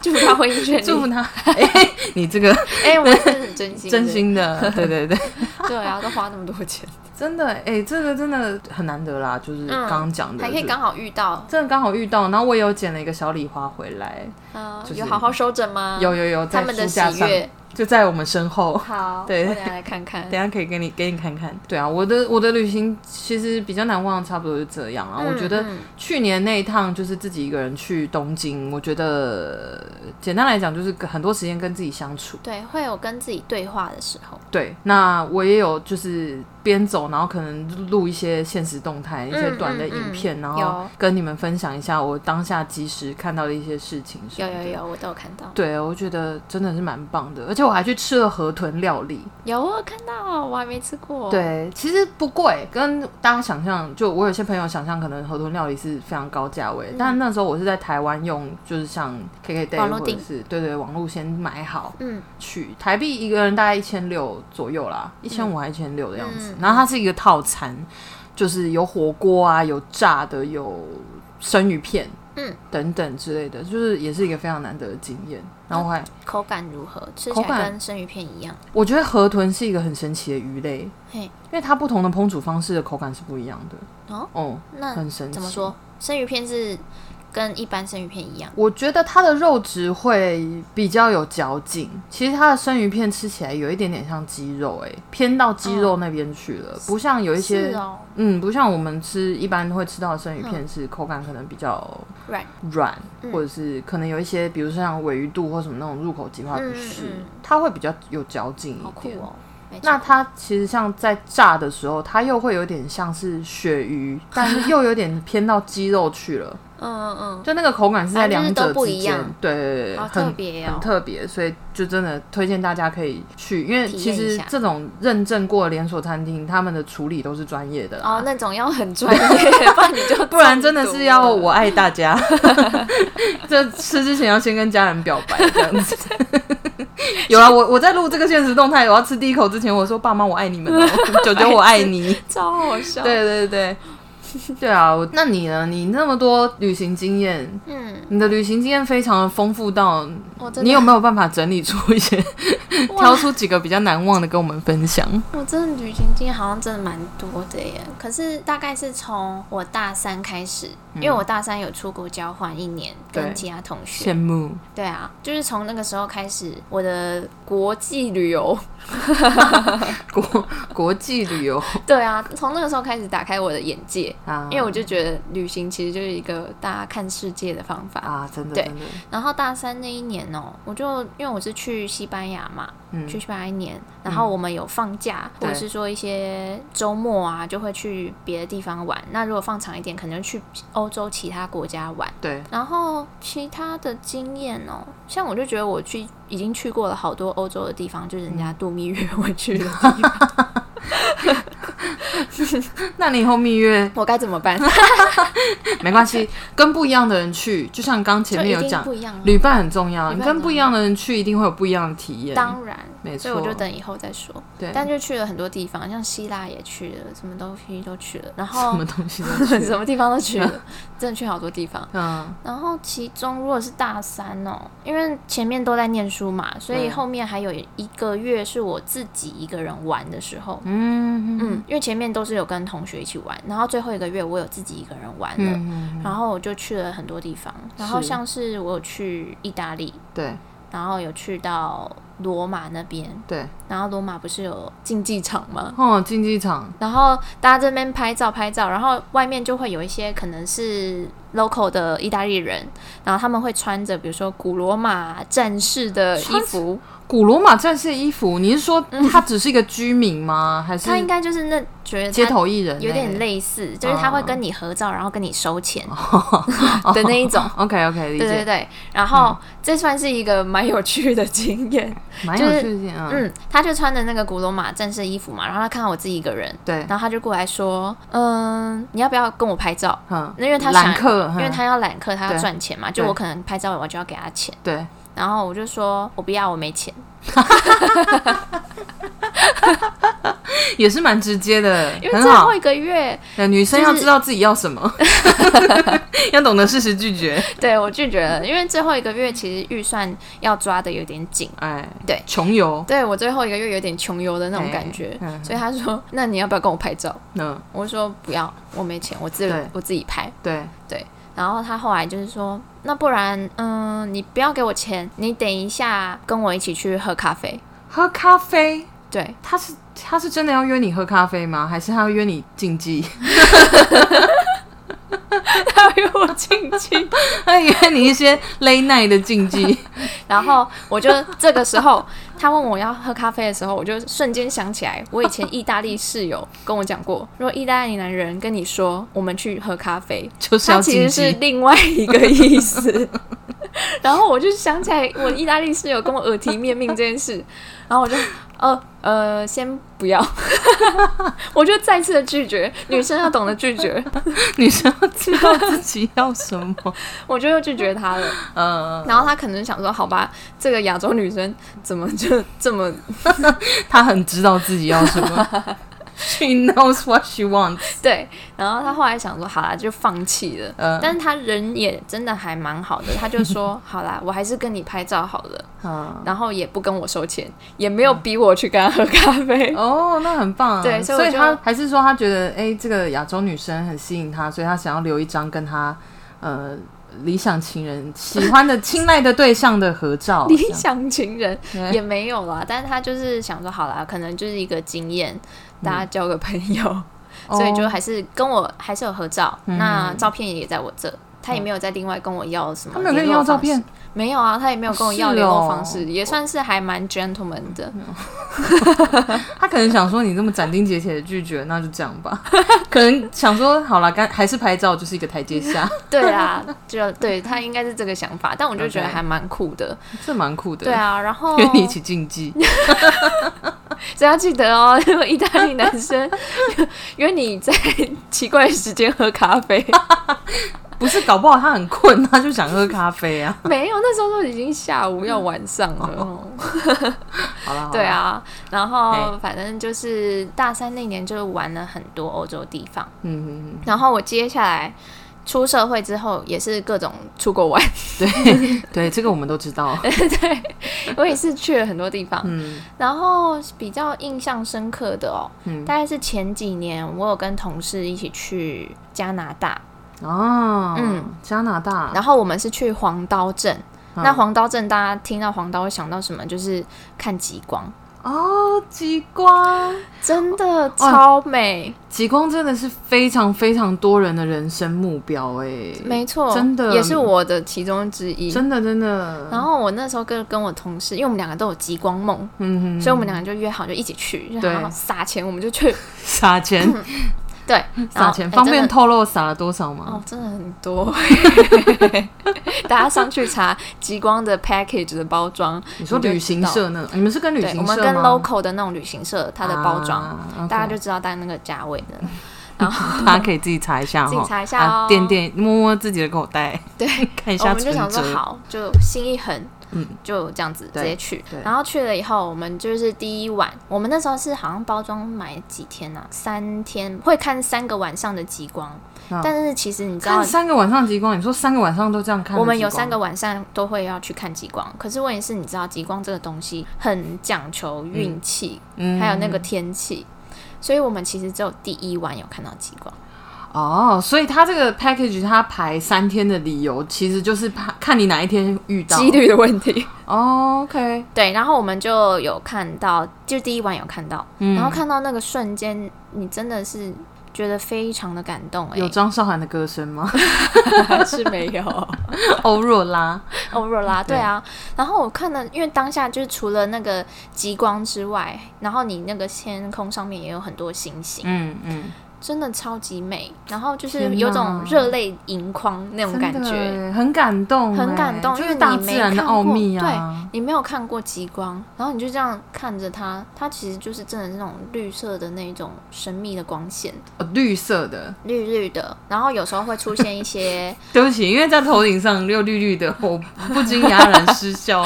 祝她婚姻顺利。祝福他， (laughs) 哎，你这个 (laughs) 哎，我是很真心的，真心的，对对对。 (laughs) 对啊，都花那么多钱， (laughs) 真的，哎、这个真的很难得啦，就是刚刚讲的，还可以就刚好遇到，真的刚好遇到，然后我也有捡了一个小礼花回来，嗯就，是有好好收整吗？有有有，他在们书的喜架上，悦。就在我们身后。(laughs) 好，对我等一下来看看等一。下可以给你给你看看，对啊，我的我的旅行其实比较难忘，差不多就这样啊。嗯我觉得嗯去年那一趟就是自己一个人去东京，我觉得简单来讲就是很多时间跟自己相处。对，会有跟自己对话的时候，对，那我也有就是边走，然后可能录一些现实动态、一些短的影片，嗯嗯然后有跟你们分享一下我当下及时看到的一些事情什有么的。有有，我都有看到，对，我觉得真的是蛮棒的，而且我还去吃了河豚料理。有我有看到，我还没吃过。，对，其实不贵，跟大家想象，就我有些朋友想象，可能河豚料理是非常高价位，但那时候我是在台湾用，就是像 KKday 嗯网络或者订是对对网络先买好，嗯，去台币一个人大概一千六左右啦，一千五还一千六的样子。嗯然后它是一个套餐，就是有火锅啊，有炸的，有生鱼片，嗯，等等之类的，就是也是一个非常难得的经验。然后我还口感如何？吃起口感来跟生鱼片一样。我觉得河豚是一个很神奇的鱼类，嘿，因为它不同的烹煮方式的口感是不一样的。哦，哦，那很神奇。怎么？说？生鱼片是跟一般生鱼片一样，我觉得它的肉质会比较有嚼劲，其实它的生鱼片吃起来有一点点像鸡肉、欸，偏到鸡肉那边去了，不像有一些哦是哦，嗯，不像我们吃一般会吃到的生鱼片是口感可能比较软软，嗯或者是可能有一些，比如说像尾鱼肚或什么那种入口即化不嗯适，嗯嗯它会比较有嚼劲好一酷点。哦，没错那它其实像在炸的时候，它又会有点像是鳕鱼，但是又有点偏到鸡肉去了，嗯嗯就那个口感是在啊就是两者都不之一间样，对对对，嗯，好很特别很哦，特别，所以就真的推荐大家可以去，因为体其验一实下这种认证过的连锁餐厅，他们的处理都是专业的啦哦，那种要很专 (laughs) 业，不然你就啊不然真的中毒是要了我爱大家。 (laughs) 这吃之前要先跟家人表白，这样子。 (laughs) 有啊，我我在录这个现实动态，我要吃第一口之前，我说爸妈我爱你们、 (laughs) 哦，九九我爱你。超好笑。，对对对，对啊。我那你呢？你那么多旅行经验，嗯，你的旅行经验非常的丰富到，我真的你有没有办法整理出一些，哇挑出几个比较难忘的跟我们分享？我真的旅行经验好像真的蛮多的耶，可是大概是从我大三开始，因为我大三有出国交换一年，嗯对跟其他同学羡，慕，对啊，就是从那个时候开始，我的国际 (laughs) 旅游，国国际旅游对啊，从那个时候开始打开我的眼界，啊，因为我就觉得旅行其实就是一个大家看世界的方法。啊，真的对真的，然后大三那一年哦、我就因为我是去西班牙嘛，嗯去西班牙一年，然后我们有放假，对或者是说一些周末啊，就会去别的地方玩。那如果放长一点，可能去欧洲其他国家玩。对，然后其他的经验哦，像我就觉得我去已经去过了好多欧洲的地方，就是人嗯家度蜜月我去 (laughs) 的地方，那你以后蜜月我该怎么办？没关 (laughs) 系，跟不一样的人去，就像刚前就面一有定讲，不一样啊。旅伴很重要，旅伴你跟不一样的人去，一定会有不一样的体验。当然，没所以我错就等以后再说。对，但就去了很多地方，像希腊也去了，什么东西都去了，然什后么东 (laughs) 西都去，什么地方都去了， (laughs) 真的去好多地方。嗯，然后其中如果是大三哦，因为前面都在念书嘛，所以嗯后面还有一个月是我自己一个人玩的时候。嗯嗯嗯，因为前面都是有跟同学一起玩，然后最后一个月我有自己一个人玩了，嗯，然后我就去了很多地方，然后像是我有去意大利，对然后有去到罗马那边，对，然后罗马不是有竞技场吗？哦，竞技场，然后大家这边拍照拍照，然后外面就会有一些可能是 local 的意大利人，然后他们会穿着比如说古罗马战士的衣服，古罗马战士的衣服，你是说他只是一个居民吗？还是他应该就是那觉得街他头艺人？有点。类似，就是他会跟你合照，然后跟你收钱 (laughs) 的那一种。 OK OK，理 (laughs) 对对解，嗯对，然后这算是一个蛮有趣的经验。蛮就有是趣的，嗯，嗯，他就穿着那个古罗马战士衣服嘛，然后他看到我自己一个人，对，然后他就过来说：“嗯，你要不要跟我拍照？”嗯，那因为他想兰克，因为嗯他要揽客，他对要赚钱嘛，就对我可能拍照我就要给他钱，对，然后我就说我不要，我没钱，也是蛮直接的，因为很最好后。一个月，对女生要就是知道自己要什 (laughs) 么，要懂得适时拒绝。对我拒绝了，因为最后一个月其实预算要抓的有点紧，哎，对穷游，对我最后一个月有点穷游的那种感觉，哎嗯所以他说那你要不要跟我拍照？嗯，我说不要，我没钱，我自对我自己拍。对，然后他后来就是说，那不然，嗯，你不要给我钱，你等一下跟我一起去喝咖啡。喝咖啡，对， (laughs) 他是他是真的要约你喝咖啡吗？还是他要约你竞技？他约我进去，他约你一些 late night 的竞 (laughs) 技？然后我就这个时候，他问我要喝咖啡的时候，我就瞬间想起来，我以前意大利室友跟我讲过，如果意大利男人跟你说我们去喝咖啡，就是他要其竞实是技。另外一个意思。然后我就想起来，我意大利室友跟我耳提面命这件事，然后我就呃呃，先不要， (laughs) 我就再次的拒绝。女生要懂得拒绝，女生要知道自己要什么。我就又拒绝他了。呃，然后他可能想说，好吧，这个亚洲女生怎么就这么他很知道自己要什么。She (laughs) knows what she wants。对，然后他后来想说，好啦，就放弃了。嗯但是他人也真的还蛮好的，他就说，好啦，我还是跟你拍照好了，嗯，然后也不跟我收钱，也没有逼我去跟他喝咖 (laughs) 啡。哦，那很棒、啊。对所所以我以就他还是说他觉得，哎、这个亚洲女生很吸引他，所以他想要留一张跟他呃理想情人、喜欢的、青睐的对象的合照。理这样想情人对也没有啦，但是他就是想说，好啦，可能就是一个经验，嗯大家哦嗯交个朋友，所以就还是跟我还是有合照，那照片也在我这，他也没有再另外跟我要什么哦他没有跟你联络要照方式片，没有啊，他也没有跟我要是联络哦方式，也算是还蛮 gentleman 的。他可能想说你这么斩钉截铁的拒绝，那就这样吧。 (laughs) 可能想说好了，干还是拍照就是一个台阶 (laughs) 下，对啦，就对他应该是这个想法，但我就觉得 OK 还蛮酷的。这蛮酷的。对，啊，哦然后约你一起竞技， (laughs) 只要记得哦， (laughs) 如果意大利男生 (laughs) 约你在奇怪的时间喝咖 (laughs) 啡，不是搞不好他很困，他就想喝咖啡啊。没有，那时候都已经下午要晚上了 (laughs) 哦。好了，好啦对，啊，然后哎反正就是大三那年就玩了很多欧洲地方，嗯，嗯然后我接下来出社会之后也是各种出国玩， (laughs) 嗯对，这个我们都知道。对我也是去了很多地方，嗯然后比较印象深刻的哦，嗯大概是前几年我有跟同事一起去加拿大，哦，嗯嗯，加拿大，然后我们是去黄刀镇。嗯那黄刀镇，大家听到黄刀会想到什么？就是看极光，哦，极光，真的超美，极光真的是非常非常多人的人生目标哎、没错，真的也是我的其中之一。真的真的，然后我那时候跟跟我同事，因为我们两个都有极光梦，嗯，所以我们两个就约好就一起去，对然后撒钱我们就去，撒钱对，然撒后钱，哎方便真的透露撒了多少吗？哦，真的很多， (laughs) 大家上去查极光的 package 的包装，你说你就旅行知道，社那种，你们是跟旅对，我行们社跟吗 local 的那种旅行社它的包装，啊 OK 大家就知道大概那个价位的。大家可以自己查一下哈，自己查一下哦啊垫垫摸摸自己的口袋，对， (laughs) 看一我下们就存想说折。好，就心一横，嗯就这样子直对接去。对然后去了以后，我们就是第一晚，我们那时候是好像包装买几天啊，三天会看三个晚上的极光，嗯但是其实你知道看。三个晚上极光，你说三个晚上都这样看？我们有三个，晚上都会要去看极光，可是问题是，你知道极光这个东西很讲求运气，嗯还有那个天气，所以我们其实只有第一晚有看到极光。哦，所以他这个 package 他排三天的理由，其实就是怕看你哪一天遇到几率的问 (laughs) 题。哦，OK，对，然后我们就有看到，就第一晚有看到，嗯然后看到那个瞬间，你真的是觉得非常的感动、欸，有张韶涵的歌声吗？ (laughs) 是没 (laughs) 有欧若拉，欧若拉，对啊。然后我看了，因为当下就是除了那个极光之外，然后你那个天空上面也有很多星星，嗯嗯，真的超级美。然后就是天有哪种热泪盈眶那种感真的觉，耶很感动耶，欸很感动就因为是你大自然的奥秘没啊，你没有看过极光，然后你就这样看着它，它其实就是真的是那种绿色的那种神秘的光线，哦绿色的。绿绿的，然后有时候会出现一 (laughs) 些，对不起，因为在头顶上又绿绿的，我不禁哑然失 (laughs) 笑。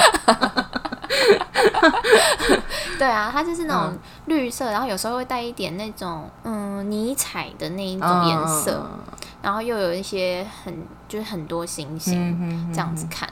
对啊，它就是那嗯种绿色，然后有时候会带一点那种嗯泥彩的那嗯一种颜色，然后又有一些很就是很多星嗯，星、嗯这样子，看，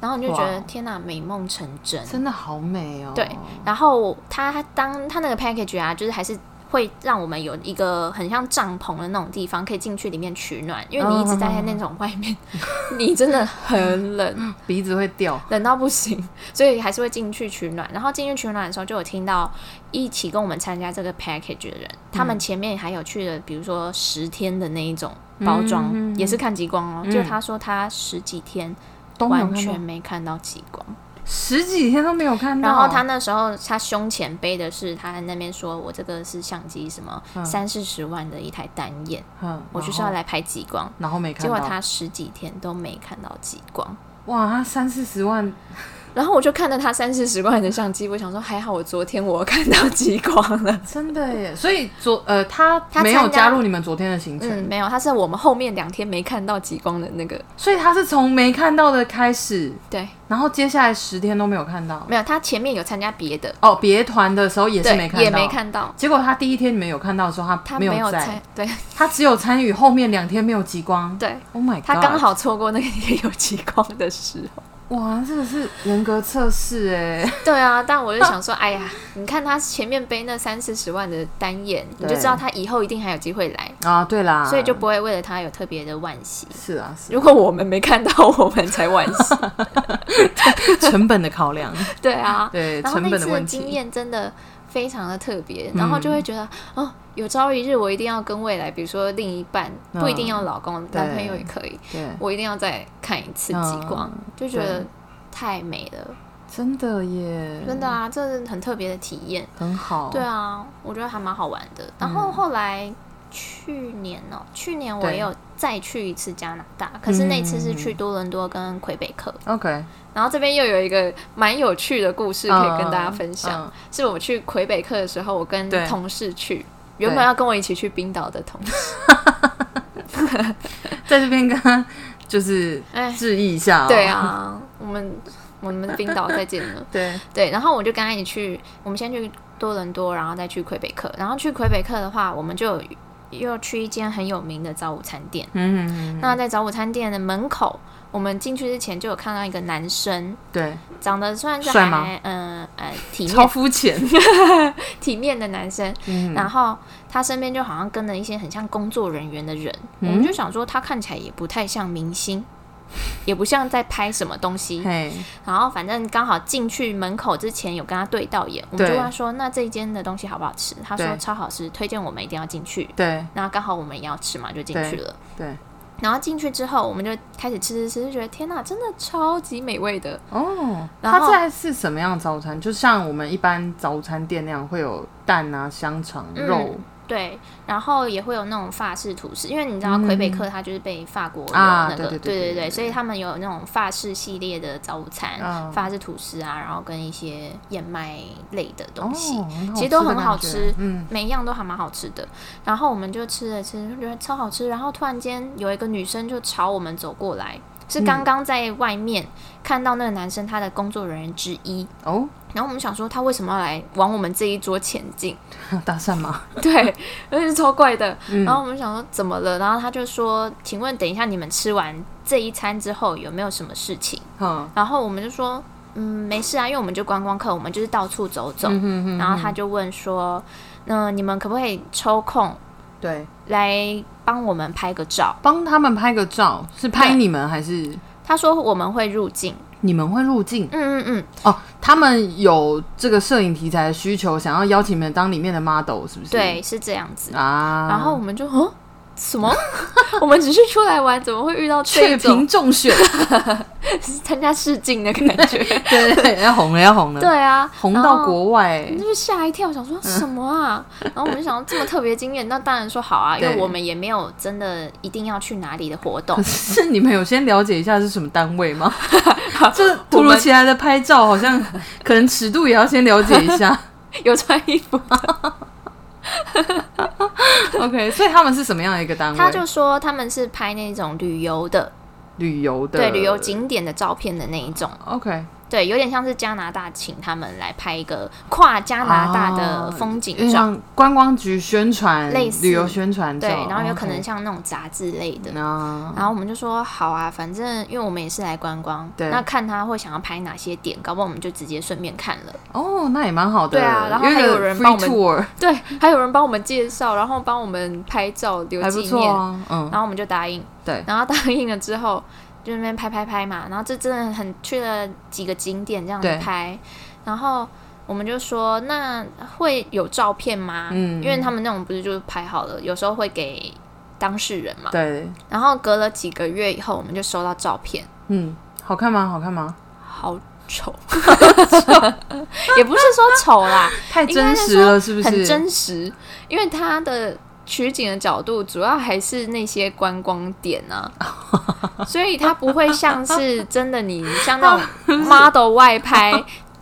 然后你就觉得哇天哪，美梦成真嗯，真的好美哦。对，然后它它当它那个 package 啊，就是还是会让我们有一个很像帐篷的那种地方，可以进去里面取暖，因为你一直待在那种外面，哦你真的很冷，鼻子会掉。冷到不行，所以还是会进去取暖。然后进去取暖的时候，就有听到一起跟我们参加这个 package 的人，他嗯们前面还有去了，比如说十天的那一种包装，嗯也是看极光哦。嗯就他说他十几天都没有完看到全没看到极光。十几天都没有看到。然后他那时候他胸前背的是他在那边说，我这个是相机什么嗯三四十万的一台单眼，嗯，我就是要来拍极光。然后，然后没看结到。果他十几天都没看到极光，哇，他三四十万，然后我就看着他三四十万的相机，我想说还好我昨天我看到极光 (laughs) 了。真的耶！所以昨呃，他他没有参加加入你们昨天的行程，嗯，没有，他是我们后面两天没看到极光的那个，所以他是从没看到的开始，对，然后接下来十天都没有看到。没有，他前面有参加别的，哦，别团的时候也是对，没看到，也没。看到，结果他第一天你们有看到的时候，他他没没有有在参，，对他只有参与后面两天没有极光。 (laughs) 对， Oh my god！他刚好错过那个也有极光的时候。哇，这个是人格测试哎，对啊，但我就想说，哎呀，你看他前面背那三四十万的单眼，你就对知道他以后一定还有机会来，啊，对啦，所以就不会为了他有特别的惋惜。是啊，是如果我们没看到， (laughs) 我们才惋惜。成本的考量， (laughs) 对啊，啊对 (laughs) 然后成那本次的的问题经验真的非常的特别，然后就会觉得、哦，有朝一日我一定要跟未来，比如说另一半，嗯不一定要老公，对男朋友也可以，对，我一定要再看一次极光，嗯就觉得对太美了，真的耶，真的啊，这是很特别的体验。很好。对啊，我觉得还蛮好玩的。嗯然后后来、去年哦、去年我对也有再去一次加拿大，可是那次是去嗯多伦多跟魁北克。 ，OK，然后这边又有一个蛮有趣的故事可以跟大家分享，嗯是我去魁北克的时候，我跟对同事去。原本要跟我一起去冰岛的同事，嗯在这边跟他就是哎，致意一下、哦。对，啊，我们我们冰岛再见了。对，对，然后我就跟他一起去，我们先去多伦多，然后再去魁北克。然后去魁北克的话，我们就有又去一间很有名的早午餐店。嗯，那在早午餐店的门口，我们进去之前就有看到一个男生，对，长得算是帅吗还嗯呃体超面肤浅。 (laughs) 体面的男生，嗯然后他身边就好像跟了一些很像工作人员的人，嗯我们就想说他看起来也不太像明星，也不像在拍什么东西。嗯嘿，然后反正刚好进去门口之前有跟他对到眼，我们就对问他说：“那这一间的东西好不好吃？”他说：“对超好吃，推荐我们一定要进去。对”那刚好我们也要吃嘛，就进去了。对，然后进去之后，我们就开始吃吃吃，就觉得天呐，真的超级美味的。哦，然它后在是什么样的早餐？就像我们一般早餐店那样，会有蛋啊、香肠、嗯肉哦对，然后也会有那种法式吐司，因为你知道嗯魁北克它就是被法国有啊那个，对对对对对对所以他们有那种法式系列的早午餐，嗯法式吐司啊，然后跟一些燕麦类的哦东西。，很好其实都吃的很感好觉吃嗯，每一样都还蛮好吃的，然后我们就吃了吃，就觉得超好吃。然后突然间有一个女生就朝我们走过来，是嗯刚刚在外面看到那个男生他的工作人员之一。哦， (laughs) 然后我们想说他为什么要来往我们这一桌前进？ (laughs) 搭讪吗？对，而且是超怪的。嗯然后我们想说怎么了？然后他就说：“请问等一下你们吃完这一餐之后有没有什么事情嗯？”然后我们就说：“嗯，没事啊，因为我们就观光客，我们就是到处走走。嗯哼哼，然后他就问说：“那、你们可不可以抽空对，来帮我们拍个照帮他们拍个照，是拍对你们还是？？”他说：“我们会入境。你们会入境”嗯嗯嗯，哦，他们有这个摄影题材的需求，想要邀请你们当里面的 model，是不是？对，是这样子。啊，然后我们就哦。什么？ (laughs) 我们只是出来玩，怎么会遇到这雀种屏中选， (laughs) 参加试镜的感 (laughs) 觉？对对对， (laughs) 要红了，要红了，对啊，红然到后国外、欸那，就吓一跳，想说什么 (laughs) 啊？然后我们就想到这么特别经验，那当然说好啊，因为对我们也没有真的一定要去哪里的活动 (laughs) 可。 (laughs) 是你们有先了解一下是什么单位吗？这我突如们其来的拍照，好像 (laughs) 可能尺度也要先了解一 (laughs) 下。有穿衣服， OK，所以他们是什么样的一个单位？他就说他们是拍那种旅游的，旅游的，对旅游。景点的照片的那一种， OK，对，有点像是加拿大请他们来拍一个跨加拿大的风有点景照，像观光局宣传，类似旅游宣传照对，然后有可能像那种杂志类 OK，。的那然后我们就说好啊，反正因为我们也是来观光，对那看他会想要拍哪些点，搞不好我们就直接顺便看了。哦，那也蛮好的。对啊然后一个还有人 free 帮我们 tour，对，还有人帮我们介绍，然后帮我们拍照留还不纪错念，啊。嗯，然后我们就答应，对，然后答应了之后就在那边拍拍拍嘛，然后这真的很去了几个景点这样子对拍，然后我们就说那会有照片吗？嗯因为他们那种不是就是拍好了，有时候会给当事人嘛，对，然后隔了几个月以后，我们就收到照片，嗯，好看吗？好看吗？好 (laughs) 丑， (laughs) 也不是说丑啦，太应该真是实了，是不是？很真实，因为它的取景的角度主要还是那些观光点 (laughs) 啊，所以它不会像是真的你像那 (laughs) 种 model 外拍。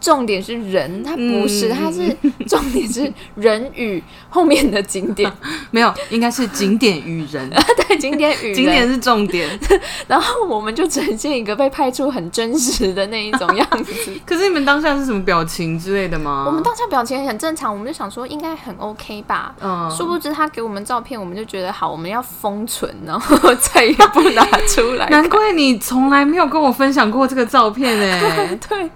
重点是人，它不是，嗯它是重点是人与后面的 (laughs) 景点，没有，应该是景点与 (laughs) 人，对景点与人景点是重点。然后我们就呈现一个被拍出很真实的那一种样 (laughs) 子。可是你们当下是什么表情之类的吗？我们当下表情很正常，我们就想说应该很 OK 吧。嗯，殊不知他给我们照片，我们就觉得好，我们要封存，然后 (laughs) 再也不拿出 (laughs) 来。难怪你从来没有跟我分享过这个照片哎、 (laughs) 对，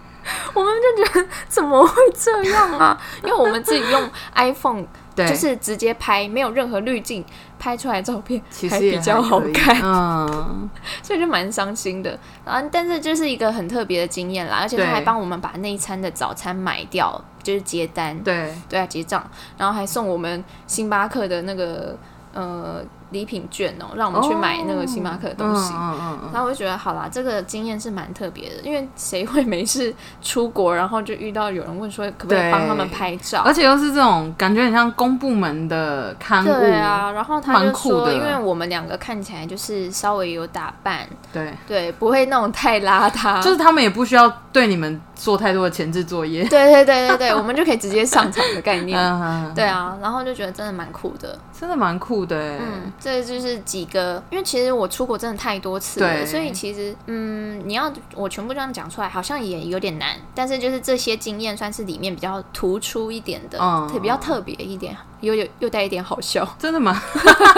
我们就觉得怎么会这样啊？因为我们自己 (laughs) 用 iPhone 对，就是直接拍，没有任何滤镜，拍出来照片其还实也比较还好可以看，嗯，所以就蛮伤心的。啊，但是就是一个很特别的经验啦，而且他对还帮我们把那一餐的早餐买掉，就是结单，对，对啊，结账，然后还送我们星巴克的那个呃礼品券哦，让我们去买那个星巴克的东西。嗯嗯嗯嗯，然后我就觉得，好啦，这个经验是蛮特别的，因为谁会没事出国，然后就遇到有人问说可不可以对帮他们拍照而？且又是这种感觉很像公部门的嗯刊物，对啊，然后他蛮就酷说，的因为我们两个看起来就是稍微有打扮，对对，不会那种太邋遢，就是他们也不需要对你们做太多的前置作 (laughs) 业。对对对对对，我们就可以直接上场的概 (laughs) 念。嗯，嗯对啊，然后就觉得真的蛮酷的。真的蛮酷的欸。嗯，这就是几个，因为其实我出国真的太多次了，对所以其实嗯，你要我全部这样讲出来，好像也有点难。但是就是这些经验算是里面比较突出一点的，嗯特比较特别一点，又有又带一点好笑。真的蛮， (laughs)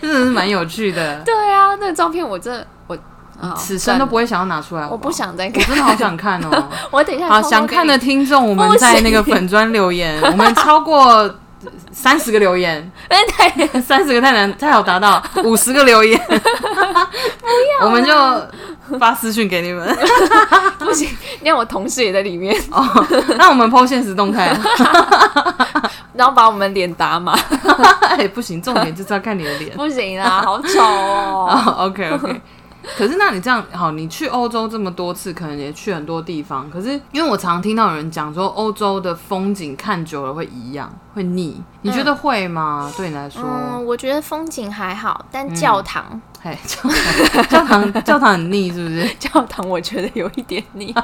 真的是蛮有趣的， (laughs) 对啊，那个照片我真的我啊，此算生了都不会想要拿出来好好。我不想再我看， (laughs) 真的好想看哦！我等一下好，偷偷想给看你的听众，我不们行在那个粉砖留言，我们超过三十个留 (laughs) 言，哎对，三十个太难太好达 (laughs) 到，五十个留言，不要，我们就发私讯给你 (laughs) 们。不行，因为我同事也在里面， (laughs) 那我们剖现实动态， (laughs) 然后把我们脸打码，哎，不行，重点就是要看你的脸。 (laughs) 不行啊，好丑哦。哦，OK OK。可是，那你这样好，你去欧洲这么多次，可能也去很多地方。可是，因为我常听到有人讲说，欧洲的风景看久了会一样，会腻。你觉得会吗？对你来说， (laughs) 嗯，我觉得风景还好，但教堂、嘿， (laughs) 教堂教堂教堂很腻，是不是？教堂我觉得有一点腻。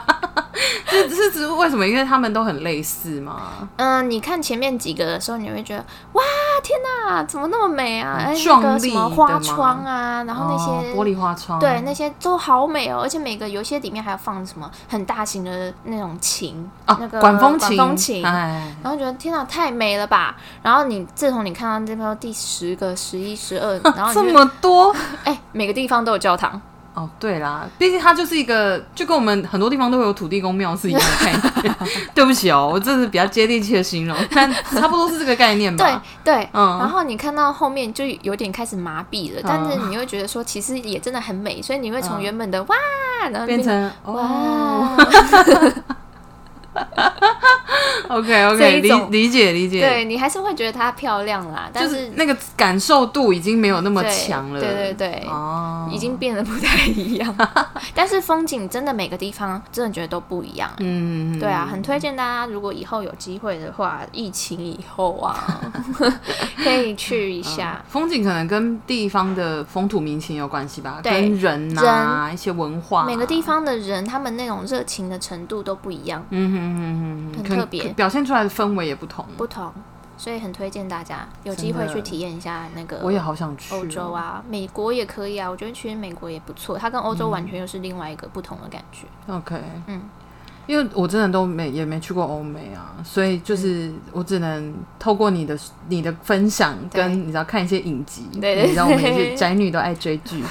这是指为什么？因为他们都很类似嘛，嗯，你看前面几个的时候，你会觉得哇，天哪，怎么那么美啊？很哎，那壮个什丽么的花吗窗啊，然后那哦些、玻璃花窗，对，那些都好美哦，而且每个有些里面还有放什么很大型的那种琴，啊，那个管风管琴，风琴哎，然后觉得天哪，太美了吧！然后你自从你看到这边第十个、十一、十二，然 (laughs) 后这你就么多，哎，每个地方都有教堂，哦，对啦，毕竟它就是一个，就跟我们很多地方都会有土地公庙是一样的概念。 (laughs) 对不起哦，我这是比较接地气的形容，但差不多是这个概念对吧。对，嗯然后你看到后面就有点开始麻痹了，但是你会觉得说其实也真的很美，所以你会从嗯原本的哇，然后变成哦哇， ，OK 这 OK，一理种理解理解，对你还是会觉得它漂亮啦，但就是是那个感受度已经没有那么对强了。对对对，哦，已经变得不太一样。 (laughs) 但是风景真的每个地方真的觉得都不一样。嗯，对啊，很推荐大家，如果以后有机会的话，疫情以后 (laughs) 啊，可以去一下。风景可能跟地方的风土民情有关系吧，对跟人呐、一些文化，每个地方的人，他们那种热情的程度都不一样，嗯哼，嗯哼嗯哼，很可能特别可表现出来的氛围也不同。不同，所以很推荐大家有机会真的去体验一下那个我也好想去哦欧洲啊，美国也可以啊。我觉得其实美国也不错，它跟欧嗯洲完全又是另外一个不同的感觉。 OK，嗯，因为我真的都没也没去过欧美啊，所以就是嗯我只能透过你的你的分享对跟你知道看一些影集，对对你知道我们也对是宅女都爱追 (laughs) 剧，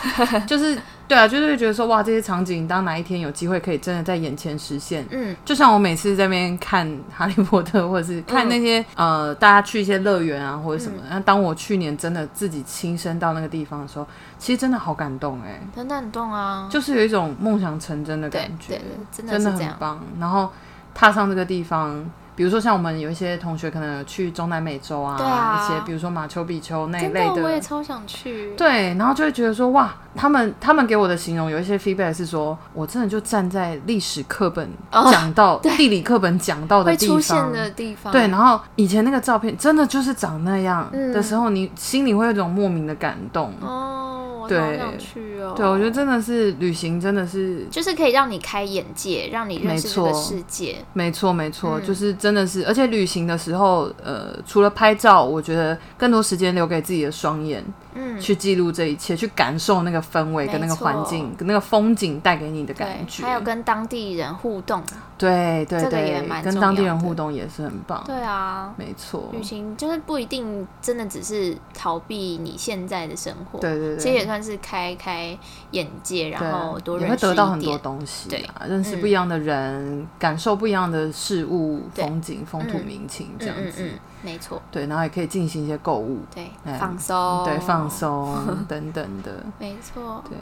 就是对啊，就是会觉得说哇，这些场景当哪一天有机会可以真的在眼前实现。嗯，就像我每次在那边看《哈利波特》，或者是看那些、呃，大家去一些乐园啊，或者什么。嗯那、当我去年真的自己亲身到那个地方的时候，其实真的好感动哎、真的很动啊，就是有一种梦想成真的对感觉对，，真的真是的这很样。棒。然后踏上这个地方，比如说像我们有一些同学可能有去中南美洲啊，对啊一些比如说马丘比丘那一真类的，我也超想去。对，然后就会觉得说哇，他们他们给我的形容有一些 feedback 是说，我真的就站在历史课本哦讲 (laughs) 到、地理课本讲到的会地出方，现的地方，对，然后以前那个照片真的就是长那样嗯的时候，你心里会有一种莫名的感动。哦，我对好想去哦。对，我觉得真的是旅行，真的是就是可以让你开眼界，让你认识这没个错世界。没错，没错，嗯就是真的是，而且旅行的时候，呃，除了拍照，我觉得更多时间留给自己的双眼，嗯，去记录这一切，去感受那个氛围跟那个环境、跟那个风景带给你的对感，觉。还有跟当地人互动。对对这个也对蛮，跟重当地要人的互动也是很棒。对啊，没错，旅行就是不一定真的只是逃避你现在的生活，对对其实也对。算是开开眼界，对然后多也认会识得到一很多点。东西对嗯啊，认识不一样的人，感受不一样的事物、对风景、风土嗯民情这嗯样嗯子。嗯，没错，对，然后也可以进行一些购物，对，嗯放松，对，放， (laughs) 松等等的。没错。对，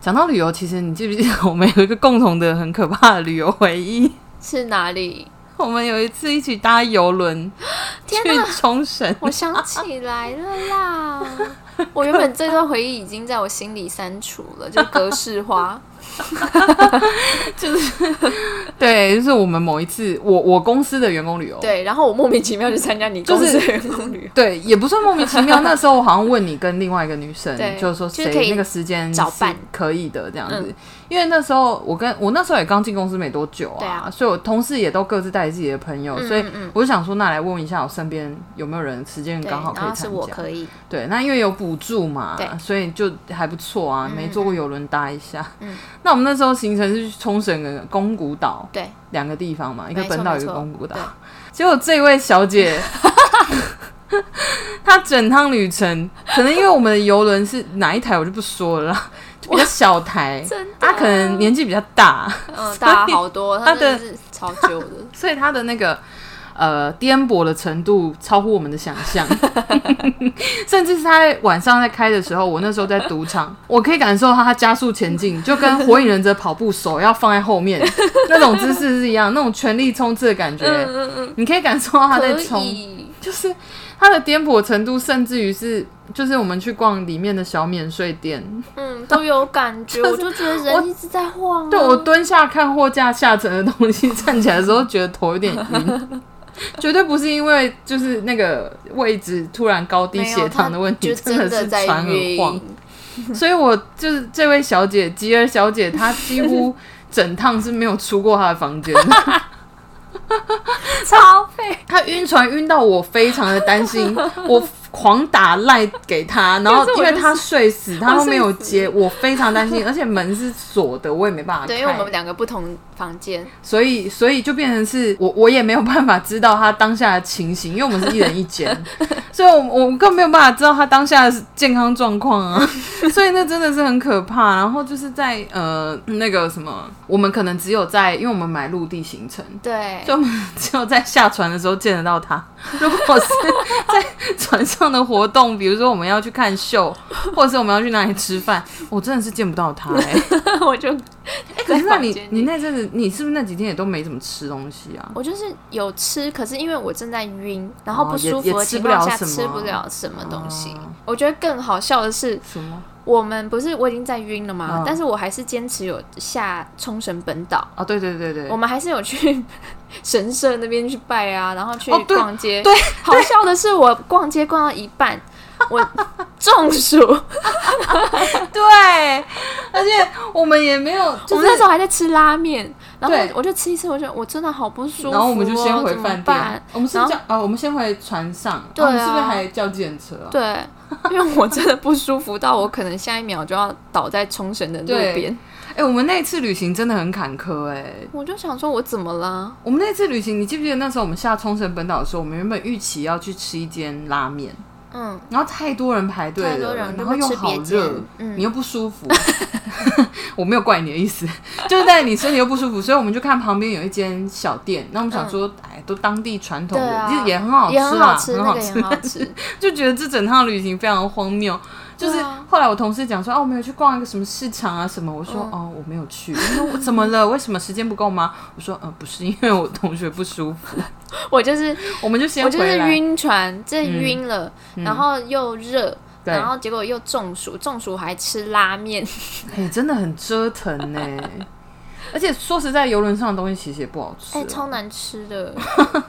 讲到旅游，其实你记不记得我们有一个共同的很可怕的旅游回忆？是哪里？我们有一次一起搭游轮去天哪冲绳，我想起来了啦！ (laughs) 我原本这段回忆已经在我心里删除了，就格式 (laughs) 化。对，就是我们某一次，我我公司的员工旅游，对，然后我莫名其妙就参加你公司的员工旅游，对，也不算莫名其妙。那时候我好像问你跟另外一个女生 (laughs) 对，就是说就是可谁以那个时间找是伴可以的这样子嗯。因为那时候我跟我那时候也刚进公司没多久对啊啊，所以我同事也都各自带自己的朋友，嗯所以嗯嗯我就想说，那来问一下我身边有没有人时间 (laughs) 对，刚好可然以后是参我加。可以，对，那因为有补助嘛对，所以就还不错啊。嗯没坐过游轮搭一下。嗯那我们那时候行程是去冲绳跟宫古岛对，两个地方嘛，一个没错本岛，没一个错宫古岛对。结果这位小 (laughs) 姐，她整趟旅程，可能因为我们的游轮是哪一台我就不说了啦，就比较小台， (laughs) 真的。啊她可能年纪比较大，嗯，大家好 (laughs) 多，他他的真的是超久的，所以她的那个呃颠簸的程度超乎我们的想象， (laughs) 甚至是她在晚上在开的时候，我那时候在赌场，我可以感受到她加速前进，就跟火影忍者跑步手要放在后面 (laughs) 那种姿势是一样，那种全力冲刺的感觉，嗯嗯嗯，你可以感受到她在可冲。以，就是它的颠簸程度，甚至于是就是我们去逛里面的小免税店，嗯，都有感觉，我就觉得我人一直在晃啊。对我蹲下看货架下层的东西， (laughs) 站起来的时候觉得头有点晕。绝对不是因为就是那个位置突然高低没有血糖的问题，他就真的是在船很晕晃。所以我就是这位小姐吉尔小姐，她几乎整趟是没有出过她的房间的。超配，她晕船晕到我非常的担心，我狂打赖给她，然后但是因我为就是她睡死，她都没有我睡死接，我非常担心，而且门是锁的，我也没办法对，因为我开们，两个不同房间，所以所以就变成是我我也没有办法知道她当下的情形，因为我们是一人一 (laughs) 间，所以我我更没有办法知道她当下的健康状况 (laughs) 啊，所以那真的是很可怕。然后就是在呃那个什么，我们可能只有在，因为我们买陆地行程，对， (laughs) 就只有在下船的时候见得到他。如果是在船上的活动，比如说我们要去看 (laughs) 秀，或者是我们要去哪里吃饭，我真的是见不到 (laughs) 他、欸。我就哎，可是那你在房间里你那阵子，你是不是那几天也都没怎么吃东西啊？我就是有吃，可是因为我正在晕，然后哦不也舒也服的吃情不况了下什么吃不了什么东西哦。我觉得更好笑的是，什么？我们不是我已经在晕了嘛嗯，但是我还是坚持有下冲绳本岛，哦，对对对对我，们还是有去 (laughs) 神社那边去拜啊，然后去哦对逛街。对，好笑的是我逛街逛到一 (laughs) 半，我中暑，对，而且我们也没有，我就们是那时候还在吃拉面，然后对我就吃一吃，我就我真的好不舒服、哦，然后我们就先回怎么饭办店，我们是然后叫啊，我们先回船上，对啊我们是不是还叫计程车啊？对，因为我真的不舒服到我可能下一秒就要倒在冲绳的路对边，哎，我们那一次旅行真的很坎坷哎、我就想说我怎么啦？我们那次旅行，你记不记得那时候我们下冲绳本岛的时候，我们原本预期要去吃一间拉面，嗯，然后太多人排队太多了，人，然后又就不好吃别热间，，嗯，你又不舒服。 (laughs) 我没有怪你的意思， (laughs) 就是在你身体又不舒服，所以我们就看旁边有一间小店，那我们想说，哎、都当地传统嗯对的，啊其实也很好吃也很好啦，吃，很那好个也很好吃，就觉得这整趟旅行非常荒谬。就是对啊后来我同事讲说，哦、我们有去逛一个什么市场啊什么，我说、嗯哦我没有去，他说我怎么了？为什么时间不够吗？我说嗯、呃不是，因为我同学不舒服，我就是我们就 (laughs) 先我就回是来。晕船，这晕了，嗯然后又热，对，然后结果又中暑，中暑还吃拉面，哎、真的很折 (laughs) 腾呢、而且说实在，游轮上的东西其实也不好吃、哎、啊，超难吃的，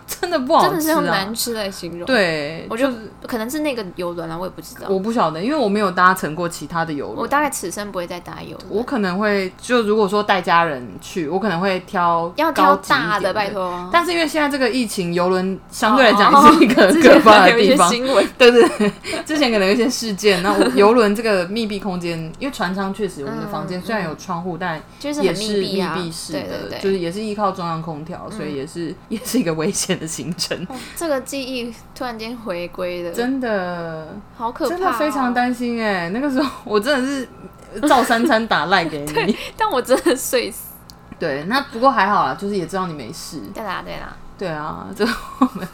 真的不好吃、啊，真的是用难吃来形容。，对，我就可能是那个游轮啦，啊我也不知道。我不晓得，因为我没有搭乘过其他的游轮。我大概此生不会再搭游轮，我可能会就如果说带家人去，我可能会挑要高挑级一大点的，拜。托。但是因为现在这个疫情，游轮相对来讲哦是一个很 (laughs) 之可前怕的还有一地些方，新闻， (laughs) 对对对，之前可能有一些事件。那我游轮这个密闭空间，因为船舱确实我们的房间嗯虽然有窗户，但就是也很是闭啊，闭式对的，对嗯就对，是也是依靠中央空调，所以也是也是一个危险的行程，哦这个记忆突然间回归了，真的好可怕、哦真的非常。担心哎、那个时候我真的是照三餐打赖 (laughs) 给你。但我真的睡死。 (laughs) 对，那不过还好啦，就是也知道你没事。对啦对啦，对啊，这是 (laughs)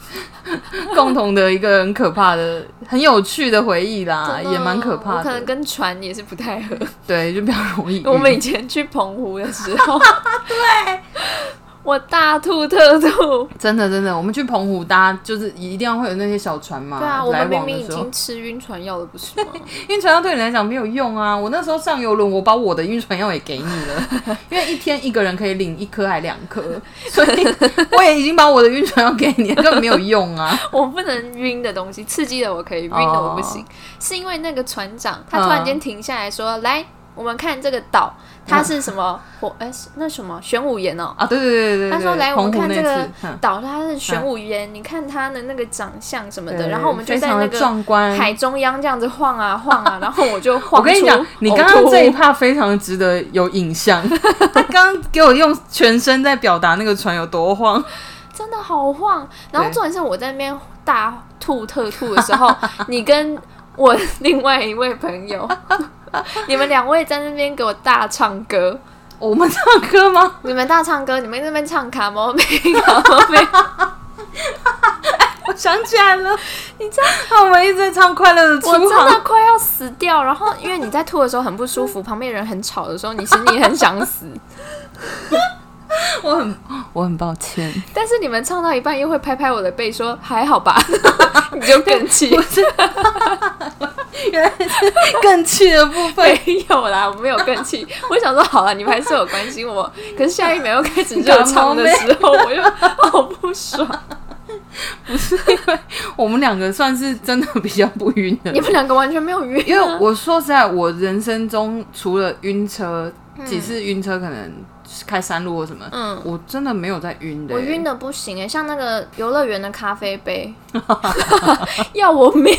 我们共同的一个很可怕的、很有趣的回忆啦，真的啊也蛮可我怕可的。能跟船也是不太合。对，就比较容易晕。 (laughs) 我们以前去澎湖的时候，对，我大吐特吐。真的真的，我们去澎湖搭，就是一定要会有那些小船嘛， (laughs) 对啊，我来们明往明已的时候经，吃晕船药了，不是吗？晕船药对你来讲没有用啊。我那时候上游轮，我把我的晕船药也给你 (laughs) 了，因为一天一个人可以领一颗还两颗，所以我也已经把我的晕船药给你了，根本没有用 (laughs) 啊。我不能晕的东西，刺激的我可以，晕的我不行。是因为那个船长他突然间停下来说：“来，我们看这个岛，它是什么火？哎、是那什么玄武岩哦。”啊，对对对对对，他说来澎我们湖看那这个次嗯岛，它是玄武岩，你看它的那个长相什么的，嗯对然后我们就非在常那的个壮观。海中央这样子晃啊晃啊，然后我就晃我跟你出讲，你呕刚刚吐这一趴非常值得有影 (laughs) 像。他刚刚给我用全身在表达那个船有多晃，真的好晃。然后对重点是我在那边大吐特吐的时 (laughs) 候，你跟我另外一位朋友， (laughs) 你们两位在那边给我大唱歌，我们唱歌吗？你们大唱歌，你们在那边唱卡 (laughs) 莫梅卡莫梅，我想起来 (laughs) 了，你知道我们一直在唱《快乐的出我真航》的快要死掉。然后因为你在吐的时候很不舒服，旁边人很吵的时候，你心里很想 (laughs) 死。我很我很抱歉，但是你们唱到一半又会拍拍我的背说还好吧， (laughs) 你就更气。原来是 (laughs) 更气的部 (laughs) 分。没有啦，我没有更气。我想说，好了，你们还是有关心 (laughs) 我。可是下一秒又开始热唱的时候，我就好不爽。我们两个算是真的比较不晕的 (laughs) 你，们两个完全没有约、啊，因为我说实在，我人生中除了晕车几次晕车，可能开山路或什么，嗯我真的没有在晕的、 (laughs) 我晕的不行哎、像那个游乐园的咖啡 (laughs) 杯，要我 (laughs) 命。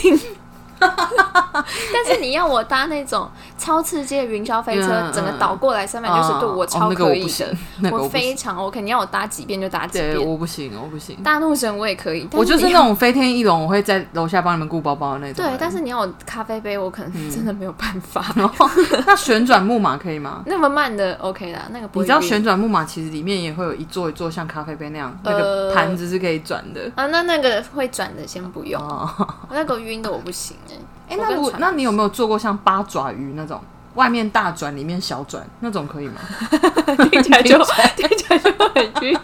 但是你要我搭那种超刺激的云霄飞车，嗯嗯整个倒过来三百六十度，啊我哦超那个可我以不的，行，那个我我不非行，常 OK。你要我搭几遍就搭几对，遍，我不行，我不行。大怒神我也可以。但我就是你那种飞天翼龙，我会在楼下帮你们顾包包的那种人。啊对，但是你要我咖啡杯，我可能真的没有办法。 (laughs) 那旋转木马可以吗？那么慢的 OK 啦，那个不你会知道晕旋转木马其实里面也会有一座一座像咖啡杯那样，呃那个盘子是可以转的。啊？那那个会转的先不用，哦，那个晕的我不行哎、哎、我那跟如果船那你有没有做过像八爪鱼那种，外面大转里面小转那种可以吗？ (laughs) (laughs) 听起来就听起来就很晕。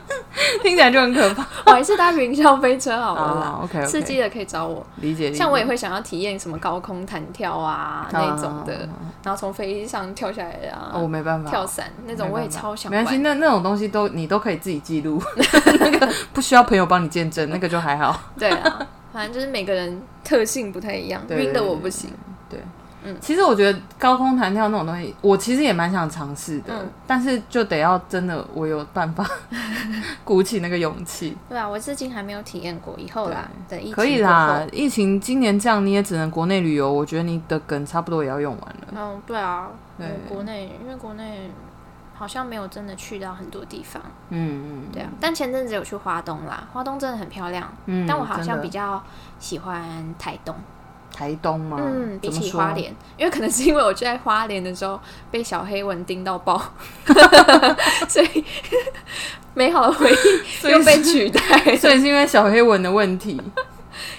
听起来就很可怕。我还是搭云霄飞车好了啦。啊，OK，刺激的可以找我，理解。理解像我也会想要体验什么高空弹跳啊那种的，然后从飞机上跳下来哦啊，哦，我没办法，跳伞那种没我办也法超想没关系，玩。那那种东西都你都可以自己记录， (laughs) 那个不需要朋友帮你见证，那个就还好。对啊，反正就是每个人特性不太一样，对晕的对我对不行。嗯其实我觉得高空弹跳那种东西，我其实也蛮想尝试的，嗯但是就得要真的我有办法鼓起那个勇气。对啊，我至今还没有体验过，以后啦，等疫情可以过后啦，疫情今年这样你也只能国内旅游，我觉得你的梗差不多也要用完了。嗯，对啊，对嗯，国内因为国内好像没有真的去到很多地方，嗯嗯，对啊。但前阵子有去花东啦，花东真的很漂亮，嗯但我好真像的比较喜欢台东，台东嘛，嗯，比哦怎么起说花，莲，因为可能是因为我就在花莲的时候被小黑蚊叮 (laughs) 到爆，所以美好的回 (laughs) 忆以又被取代所了。以是因为小黑文的问 (laughs) 题。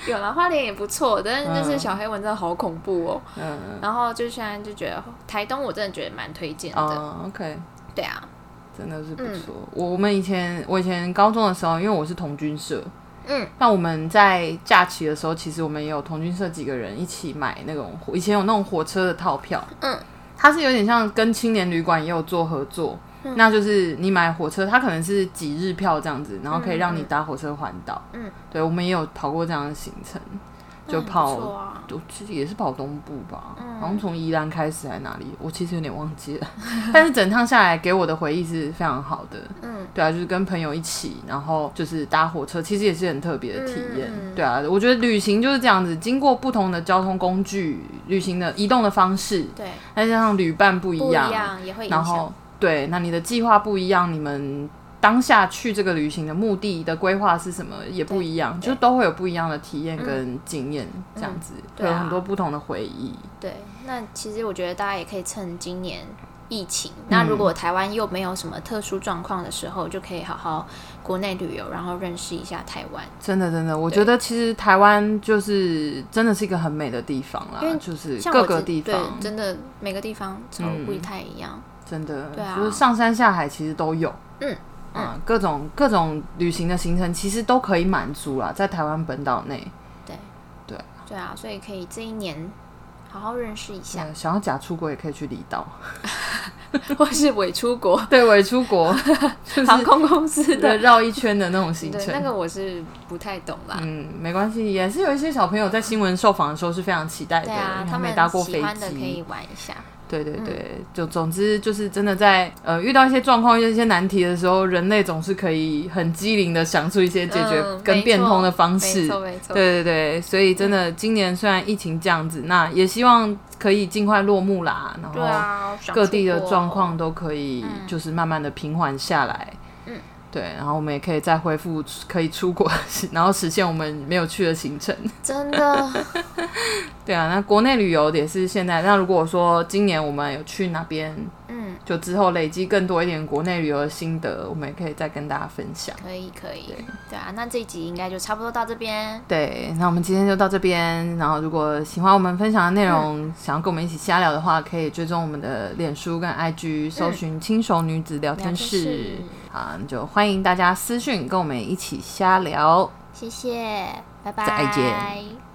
有啦，花莲也不错，但是就是嗯小黑蚊真的好恐怖哦。嗯，然后就现在就觉得台东，我真的觉得蛮推荐的。嗯哦，OK，对啊，真的是不错。我我们以前我以前高中的时候，因为我是童军社，嗯，那我们在假期的时候，其实我们也有童军社几个人一起买那种火以前有那种火车的套票，嗯，它是有点像跟青年旅馆也有做合作。嗯那就是你买火车，它可能是几日票这样子，然后可以让你搭火车环岛。嗯，对，我们也有跑过这样的行程，就那很不跑错啊我其实也是跑东部吧，嗯好像从宜兰开始还是哪里，我其实有点忘记了。 (laughs) 但是整趟下来给我的回忆是非常好的。嗯，对啊，就是跟朋友一起，然后就是搭火车，其实也是很特别的体验。嗯对啊，我觉得旅行就是这样子，经过不同的交通工具，旅行的移动的方式，对，再加上旅伴不一不一样，样也会影然响后。对，那你的计划不一样，你们当下去这个旅行的目的的规划是什么也不一样，对嗯就都会有不一样的体验跟经验，这样子、对会有啊很多不同的回忆。对，那其实我觉得大家也可以趁今年疫情，嗯那如果台湾又没有什么特殊状况的时候，就可以好好国内旅游，然后认识一下台湾。真的，真的，我觉得其实台湾就是真的是一个很美的地方啦因为，就是像各我个自地对方，真的每个地方超嗯不太一样。真的，对啊就是上山下海其实都有。嗯，嗯，各种各种旅行的行程其实都可以满足啦，在台湾本岛内。对啊，所以可以这一年好好认识一下，想想要假出国也可以去离岛， (laughs) 或是伪出国对，伪出 (laughs) 国嗯 (laughs) 就是航空 (laughs) 公司的。绕一圈的那种行对，程。那个我是不太懂啦。嗯，没关系，也是有一些小朋友在新闻受访的时候是非常期待的，对啊因，为他们没搭过飞喜欢的可机以。嗯玩一下。对对对，就总之就是真的在呃遇到一些状况、遇到一些难题的时候，人类总是可以很机灵的想出一些解决嗯跟没变通的方式。没错，嗯没错。对对对，所以真的今年虽然疫情这样子，那也希望可以尽快落幕啦，然对后啊，想各地的出国状况都可以嗯就是慢慢的平缓下来。嗯，对，然后我们也可以再恢复可以出国，然后实现我们没有去的行程。真 (laughs) 的对啊，那国内旅游也是现在。那如果说今年我们有去那边，嗯，就之后累积更多一点国内旅游的心得，我们也可以再跟大家分享。可以可以。对啊，那这一集应该就差不多到这边。对，那我们今天就到这边。然后，如果喜欢我们分享的内容，嗯想要跟我们一起瞎聊的话，可以追踪我们的脸书跟 IG，搜寻“轻熟女子聊天嗯聊天室室”啊，那就欢迎大家私讯跟我们一起瞎聊。谢谢，拜拜，再见。